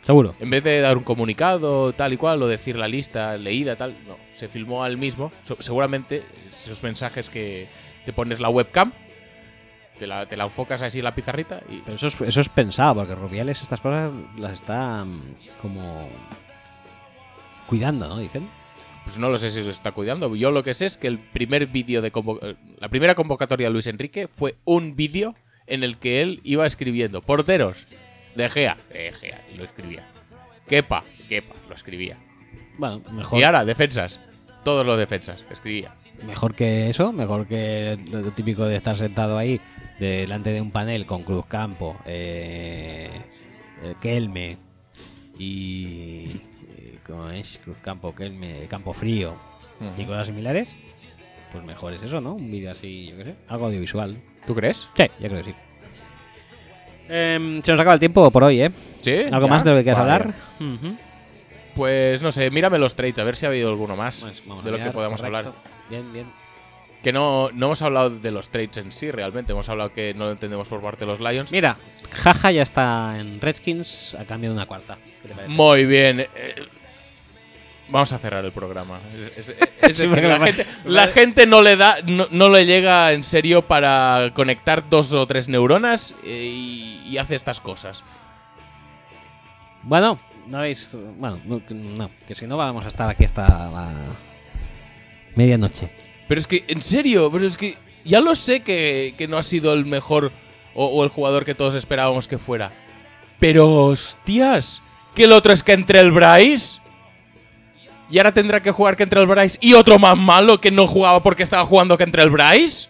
Speaker 1: Seguro.
Speaker 2: En vez de dar un comunicado tal y cual o decir la lista leída tal, no, se filmó al mismo. So- seguramente esos mensajes que te pones la webcam, te la, te la enfocas así en la pizarrita y...
Speaker 1: Pero eso es, eso es pensado, porque Rubiales estas cosas las está mm, como cuidando, ¿no? Dicen.
Speaker 2: Pues no lo sé si se está cuidando. Yo lo que sé es que el primer vídeo de... convo- eh, La primera convocatoria de Luis Enrique fue un vídeo en el que él iba escribiendo. Porteros. De Gea. De Gea. Y lo escribía. Kepa. Kepa. Lo escribía.
Speaker 1: Bueno, mejor,
Speaker 2: Y ahora, defensas. Todos los defensas. Escribía.
Speaker 1: mejor que eso, mejor que lo típico de estar sentado ahí delante de un panel con Cruz Campo, eh, eh, Kelme y. eh, ¿Cómo es? Cruz Campo, Kelme, Campo Frío
Speaker 2: Ujú.
Speaker 1: y cosas similares, pues mejor es eso, ¿no? Un vídeo así, yo qué sé, algo audiovisual.
Speaker 2: ¿Tú crees?
Speaker 1: Sí, yo creo que sí. Em, se nos acaba el tiempo por hoy, ¿eh?
Speaker 2: Sí.
Speaker 1: ¿Algo
Speaker 2: ¿Ya?
Speaker 1: más de lo que quieras
Speaker 2: Vale.
Speaker 1: hablar? Ujú.
Speaker 2: Pues no sé, mírame los trades, a ver si ha habido alguno más
Speaker 1: Pues vamos
Speaker 2: de
Speaker 1: a
Speaker 2: lo que
Speaker 1: mirar,
Speaker 2: podamos
Speaker 1: correcto.
Speaker 2: hablar.
Speaker 1: Bien, bien.
Speaker 2: Que no, no hemos hablado de los trades en sí realmente, hemos hablado que no lo entendemos por parte de los Lions.
Speaker 1: Mira, Jaja ya está en Redskins a cambio de una cuarta. ¿Qué te parece?
Speaker 2: Muy bien. eh, Vamos a cerrar el programa. Es- es- es
Speaker 1: Sí,
Speaker 2: decir,
Speaker 1: porque
Speaker 2: la,
Speaker 1: me
Speaker 2: gente,
Speaker 1: pare-
Speaker 2: la gente no le da, no, no le llega en serio para conectar dos o tres neuronas eh, y, y hace estas cosas.
Speaker 1: Bueno, no habéis. Bueno, no, que- no, que si no vamos a estar aquí hasta la medianoche.
Speaker 2: Pero es que, en serio, pero es que ya lo sé que, que no ha sido el mejor o, o el jugador que todos esperábamos que fuera. Pero hostias, que el otro es que entre el Bryce. Y ahora tendrá que jugar que entre el Bryce y otro más malo que no jugaba porque estaba jugando que entre el Bryce.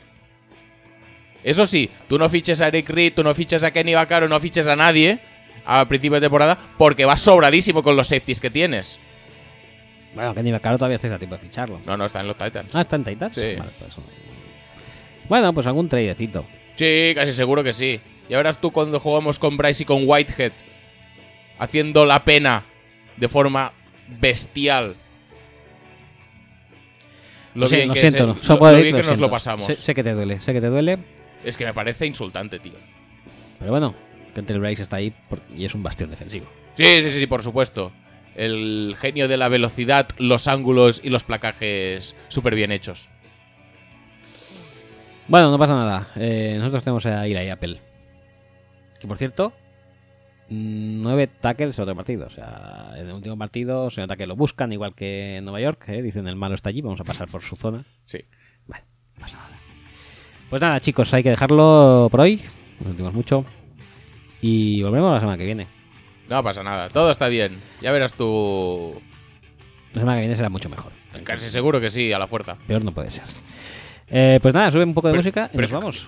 Speaker 2: Eso sí, tú no fiches a Eric Reed, tú no fiches a Kenny Vaccaro, no fiches a nadie a principio de temporada porque vas sobradísimo con los safeties que tienes.
Speaker 1: Bueno, que ni Vaccaro todavía estáis a tiempo de ficharlo.
Speaker 2: No, no, está en los Titans.
Speaker 1: Ah, está en Titans.
Speaker 2: Sí.
Speaker 1: Vale, pues, bueno, pues algún tradecito.
Speaker 2: Sí, casi seguro que sí. Ya verás tú cuando jugamos con Bryce y con Whitehead. Haciendo la pena de forma bestial. Lo
Speaker 1: Sí,
Speaker 2: bien
Speaker 1: lo
Speaker 2: que es
Speaker 1: siento,
Speaker 2: el-
Speaker 1: solo
Speaker 2: lo-
Speaker 1: puedo
Speaker 2: lo
Speaker 1: decir
Speaker 2: bien que nos
Speaker 1: siento.
Speaker 2: lo pasamos.
Speaker 1: Sé, sé que te duele, sé que te duele,
Speaker 2: Es que me parece insultante, tío.
Speaker 1: pero bueno, que entre el Bryce está ahí por- y es un bastión defensivo.
Speaker 2: Sí, sí, sí, por supuesto. El genio de la velocidad, los ángulos y los placajes súper bien hechos.
Speaker 1: Bueno, no pasa nada. Eh, nosotros tenemos a ir ahí Apple. Que por cierto, mm, nueve tackles en otro partido. O sea, en el último partido se nota que lo buscan, igual que en Nueva York. ¿eh? Dicen el malo está allí, vamos a pasar por su zona.
Speaker 2: Sí.
Speaker 1: Vale, no pasa nada. Pues nada, chicos, hay que dejarlo por hoy. Nos sentimos mucho. Y volvemos la semana que viene.
Speaker 2: No pasa nada, todo está bien. Ya verás tú.
Speaker 1: La semana que viene será mucho mejor.
Speaker 2: Casi seguro que sí, a la fuerza.
Speaker 1: Peor no puede ser. Eh, pues nada, sube un poco de
Speaker 2: Pero-
Speaker 1: música y
Speaker 2: pero-
Speaker 1: nos vamos.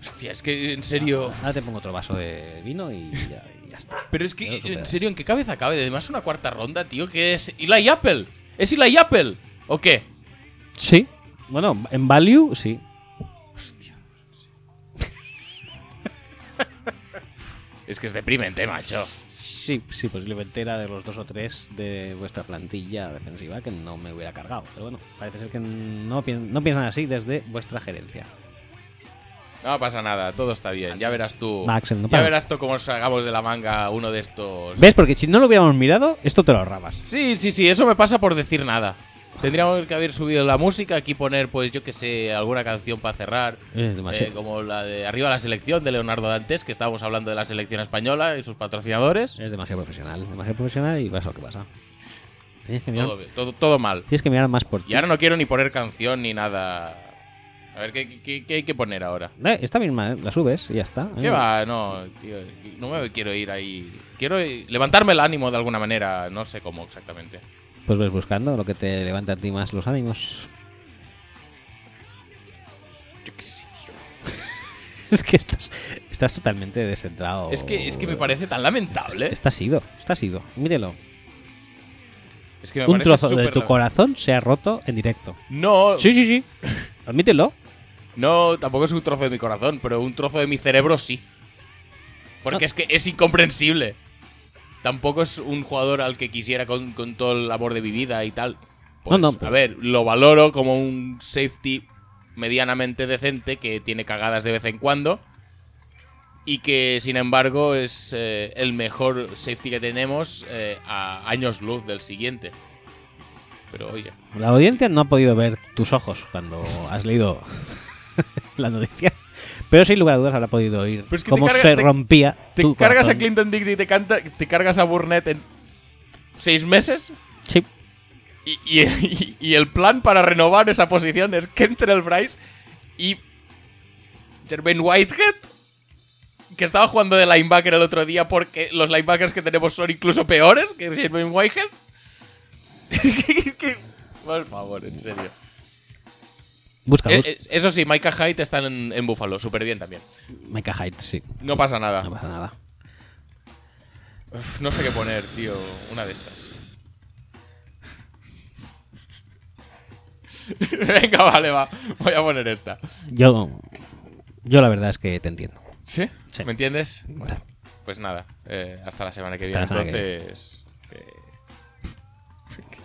Speaker 2: Hostia, es que en serio.
Speaker 1: Ahora te pongo otro vaso de vino y ya- y ya está.
Speaker 2: Pero es
Speaker 1: Ya
Speaker 2: que,
Speaker 1: lo
Speaker 2: en
Speaker 1: superas.
Speaker 2: serio, ¿en qué cabeza cabe? Además, una cuarta ronda, tío, que es Eli Apple. ¿Es Eli Apple? ¿O qué?
Speaker 1: Sí. Bueno, en value, sí.
Speaker 2: Es que es deprimente, macho.
Speaker 1: Sí, sí, posiblemente era de los dos o tres de vuestra plantilla defensiva que no me hubiera cargado. Pero bueno, parece ser que no, pien- no piensan así desde vuestra gerencia.
Speaker 2: No pasa nada, todo está bien. Ya verás tú.
Speaker 1: Max, no
Speaker 2: ya
Speaker 1: para.
Speaker 2: verás tú cómo sacamos de la manga uno de estos.
Speaker 1: ¿Ves? Porque si no lo hubiéramos mirado, esto te lo ahorrabas.
Speaker 2: Sí, sí, sí, eso me pasa por decir nada. Tendríamos que haber subido la música, aquí poner, pues yo que sé, alguna canción para cerrar.
Speaker 1: Es
Speaker 2: Eh,
Speaker 1: demasiado.
Speaker 2: como la de Arriba la selección de Leonardo Dantes, que estábamos hablando de la selección española y sus patrocinadores.
Speaker 1: es demasiado profesional. Demasiado profesional y pasa lo que pasa. Tienes que mirar,
Speaker 2: Todo, todo- todo mal.
Speaker 1: tienes que mirar más por ti.
Speaker 2: Y ahora no quiero ni poner canción ni nada. A ver, ¿qué, qué- qué hay que poner ahora?
Speaker 1: Eh, Esta misma, eh, la subes y ya está.
Speaker 2: ¿Qué
Speaker 1: Eh,
Speaker 2: va? No, tío, no me quiero ir ahí. Quiero levantarme el ánimo de alguna manera, no sé cómo exactamente.
Speaker 1: Pues ves buscando lo que te levanta a ti más los ánimos.
Speaker 2: Yo qué sé, tío.
Speaker 1: es que estás, estás totalmente descentrado.
Speaker 2: Es que, es que
Speaker 1: Oh.
Speaker 2: me parece ¿eh? tan lamentable.
Speaker 1: Está sido, está sido. Mírelo.
Speaker 2: Es que me
Speaker 1: un
Speaker 2: parece
Speaker 1: trozo de
Speaker 2: súper
Speaker 1: tu
Speaker 2: la-
Speaker 1: corazón se ha roto en directo.
Speaker 2: No,
Speaker 1: Sí, sí, sí. Admítelo.
Speaker 2: no, tampoco es un trozo de mi corazón, pero un trozo de mi cerebro sí. Porque
Speaker 1: No.
Speaker 2: es que es incomprensible. Tampoco es un jugador al que quisiera con, con todo el amor de mi vida y tal. Pues,
Speaker 1: No, no, pero-
Speaker 2: A ver, lo valoro como un safety medianamente decente que tiene cagadas de vez en cuando. Y que, sin embargo, es eh, el mejor safety que tenemos eh, a años luz del siguiente. Pero oye,
Speaker 1: La audiencia no ha podido ver tus ojos cuando has leído la noticia. Pero sin lugar a dudas habrá podido oír
Speaker 2: Pero es que
Speaker 1: cómo
Speaker 2: te carga-
Speaker 1: se
Speaker 2: te-
Speaker 1: rompía.
Speaker 2: ¿te
Speaker 1: tu
Speaker 2: cargas
Speaker 1: corazón.
Speaker 2: a Clinton Dix y te, canta, te cargas a Burnett en seis meses?
Speaker 1: Sí.
Speaker 2: Y, y- y- y el plan para renovar esa posición es que entre el Bryce y Jermaine Whitehead, que estaba jugando de linebacker el otro día porque los linebackers que tenemos son incluso peores que Jermaine Whitehead. Es que- que- que- Por favor, en serio.
Speaker 1: Busca,
Speaker 2: Eh,
Speaker 1: busca.
Speaker 2: eh, eso sí, Micah Hyde está en, en Buffalo, súper bien también.
Speaker 1: Micah Hyde, sí.
Speaker 2: No pasa nada.
Speaker 1: No pasa nada.
Speaker 2: Uf, no sé qué poner, tío. Una de estas. Venga, vale, va. Voy a poner esta.
Speaker 1: Yo, yo la verdad es que te entiendo.
Speaker 2: ¿Sí?
Speaker 1: Sí.
Speaker 2: ¿Me entiendes? Bueno,
Speaker 1: Sí.
Speaker 2: pues nada. eh, hasta la semana que
Speaker 1: Hasta
Speaker 2: viene.
Speaker 1: la semana que viene.
Speaker 2: Entonces. eh,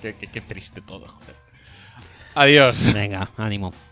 Speaker 2: Qué, qué- qué triste todo, joder. Adiós.
Speaker 1: Venga, ánimo.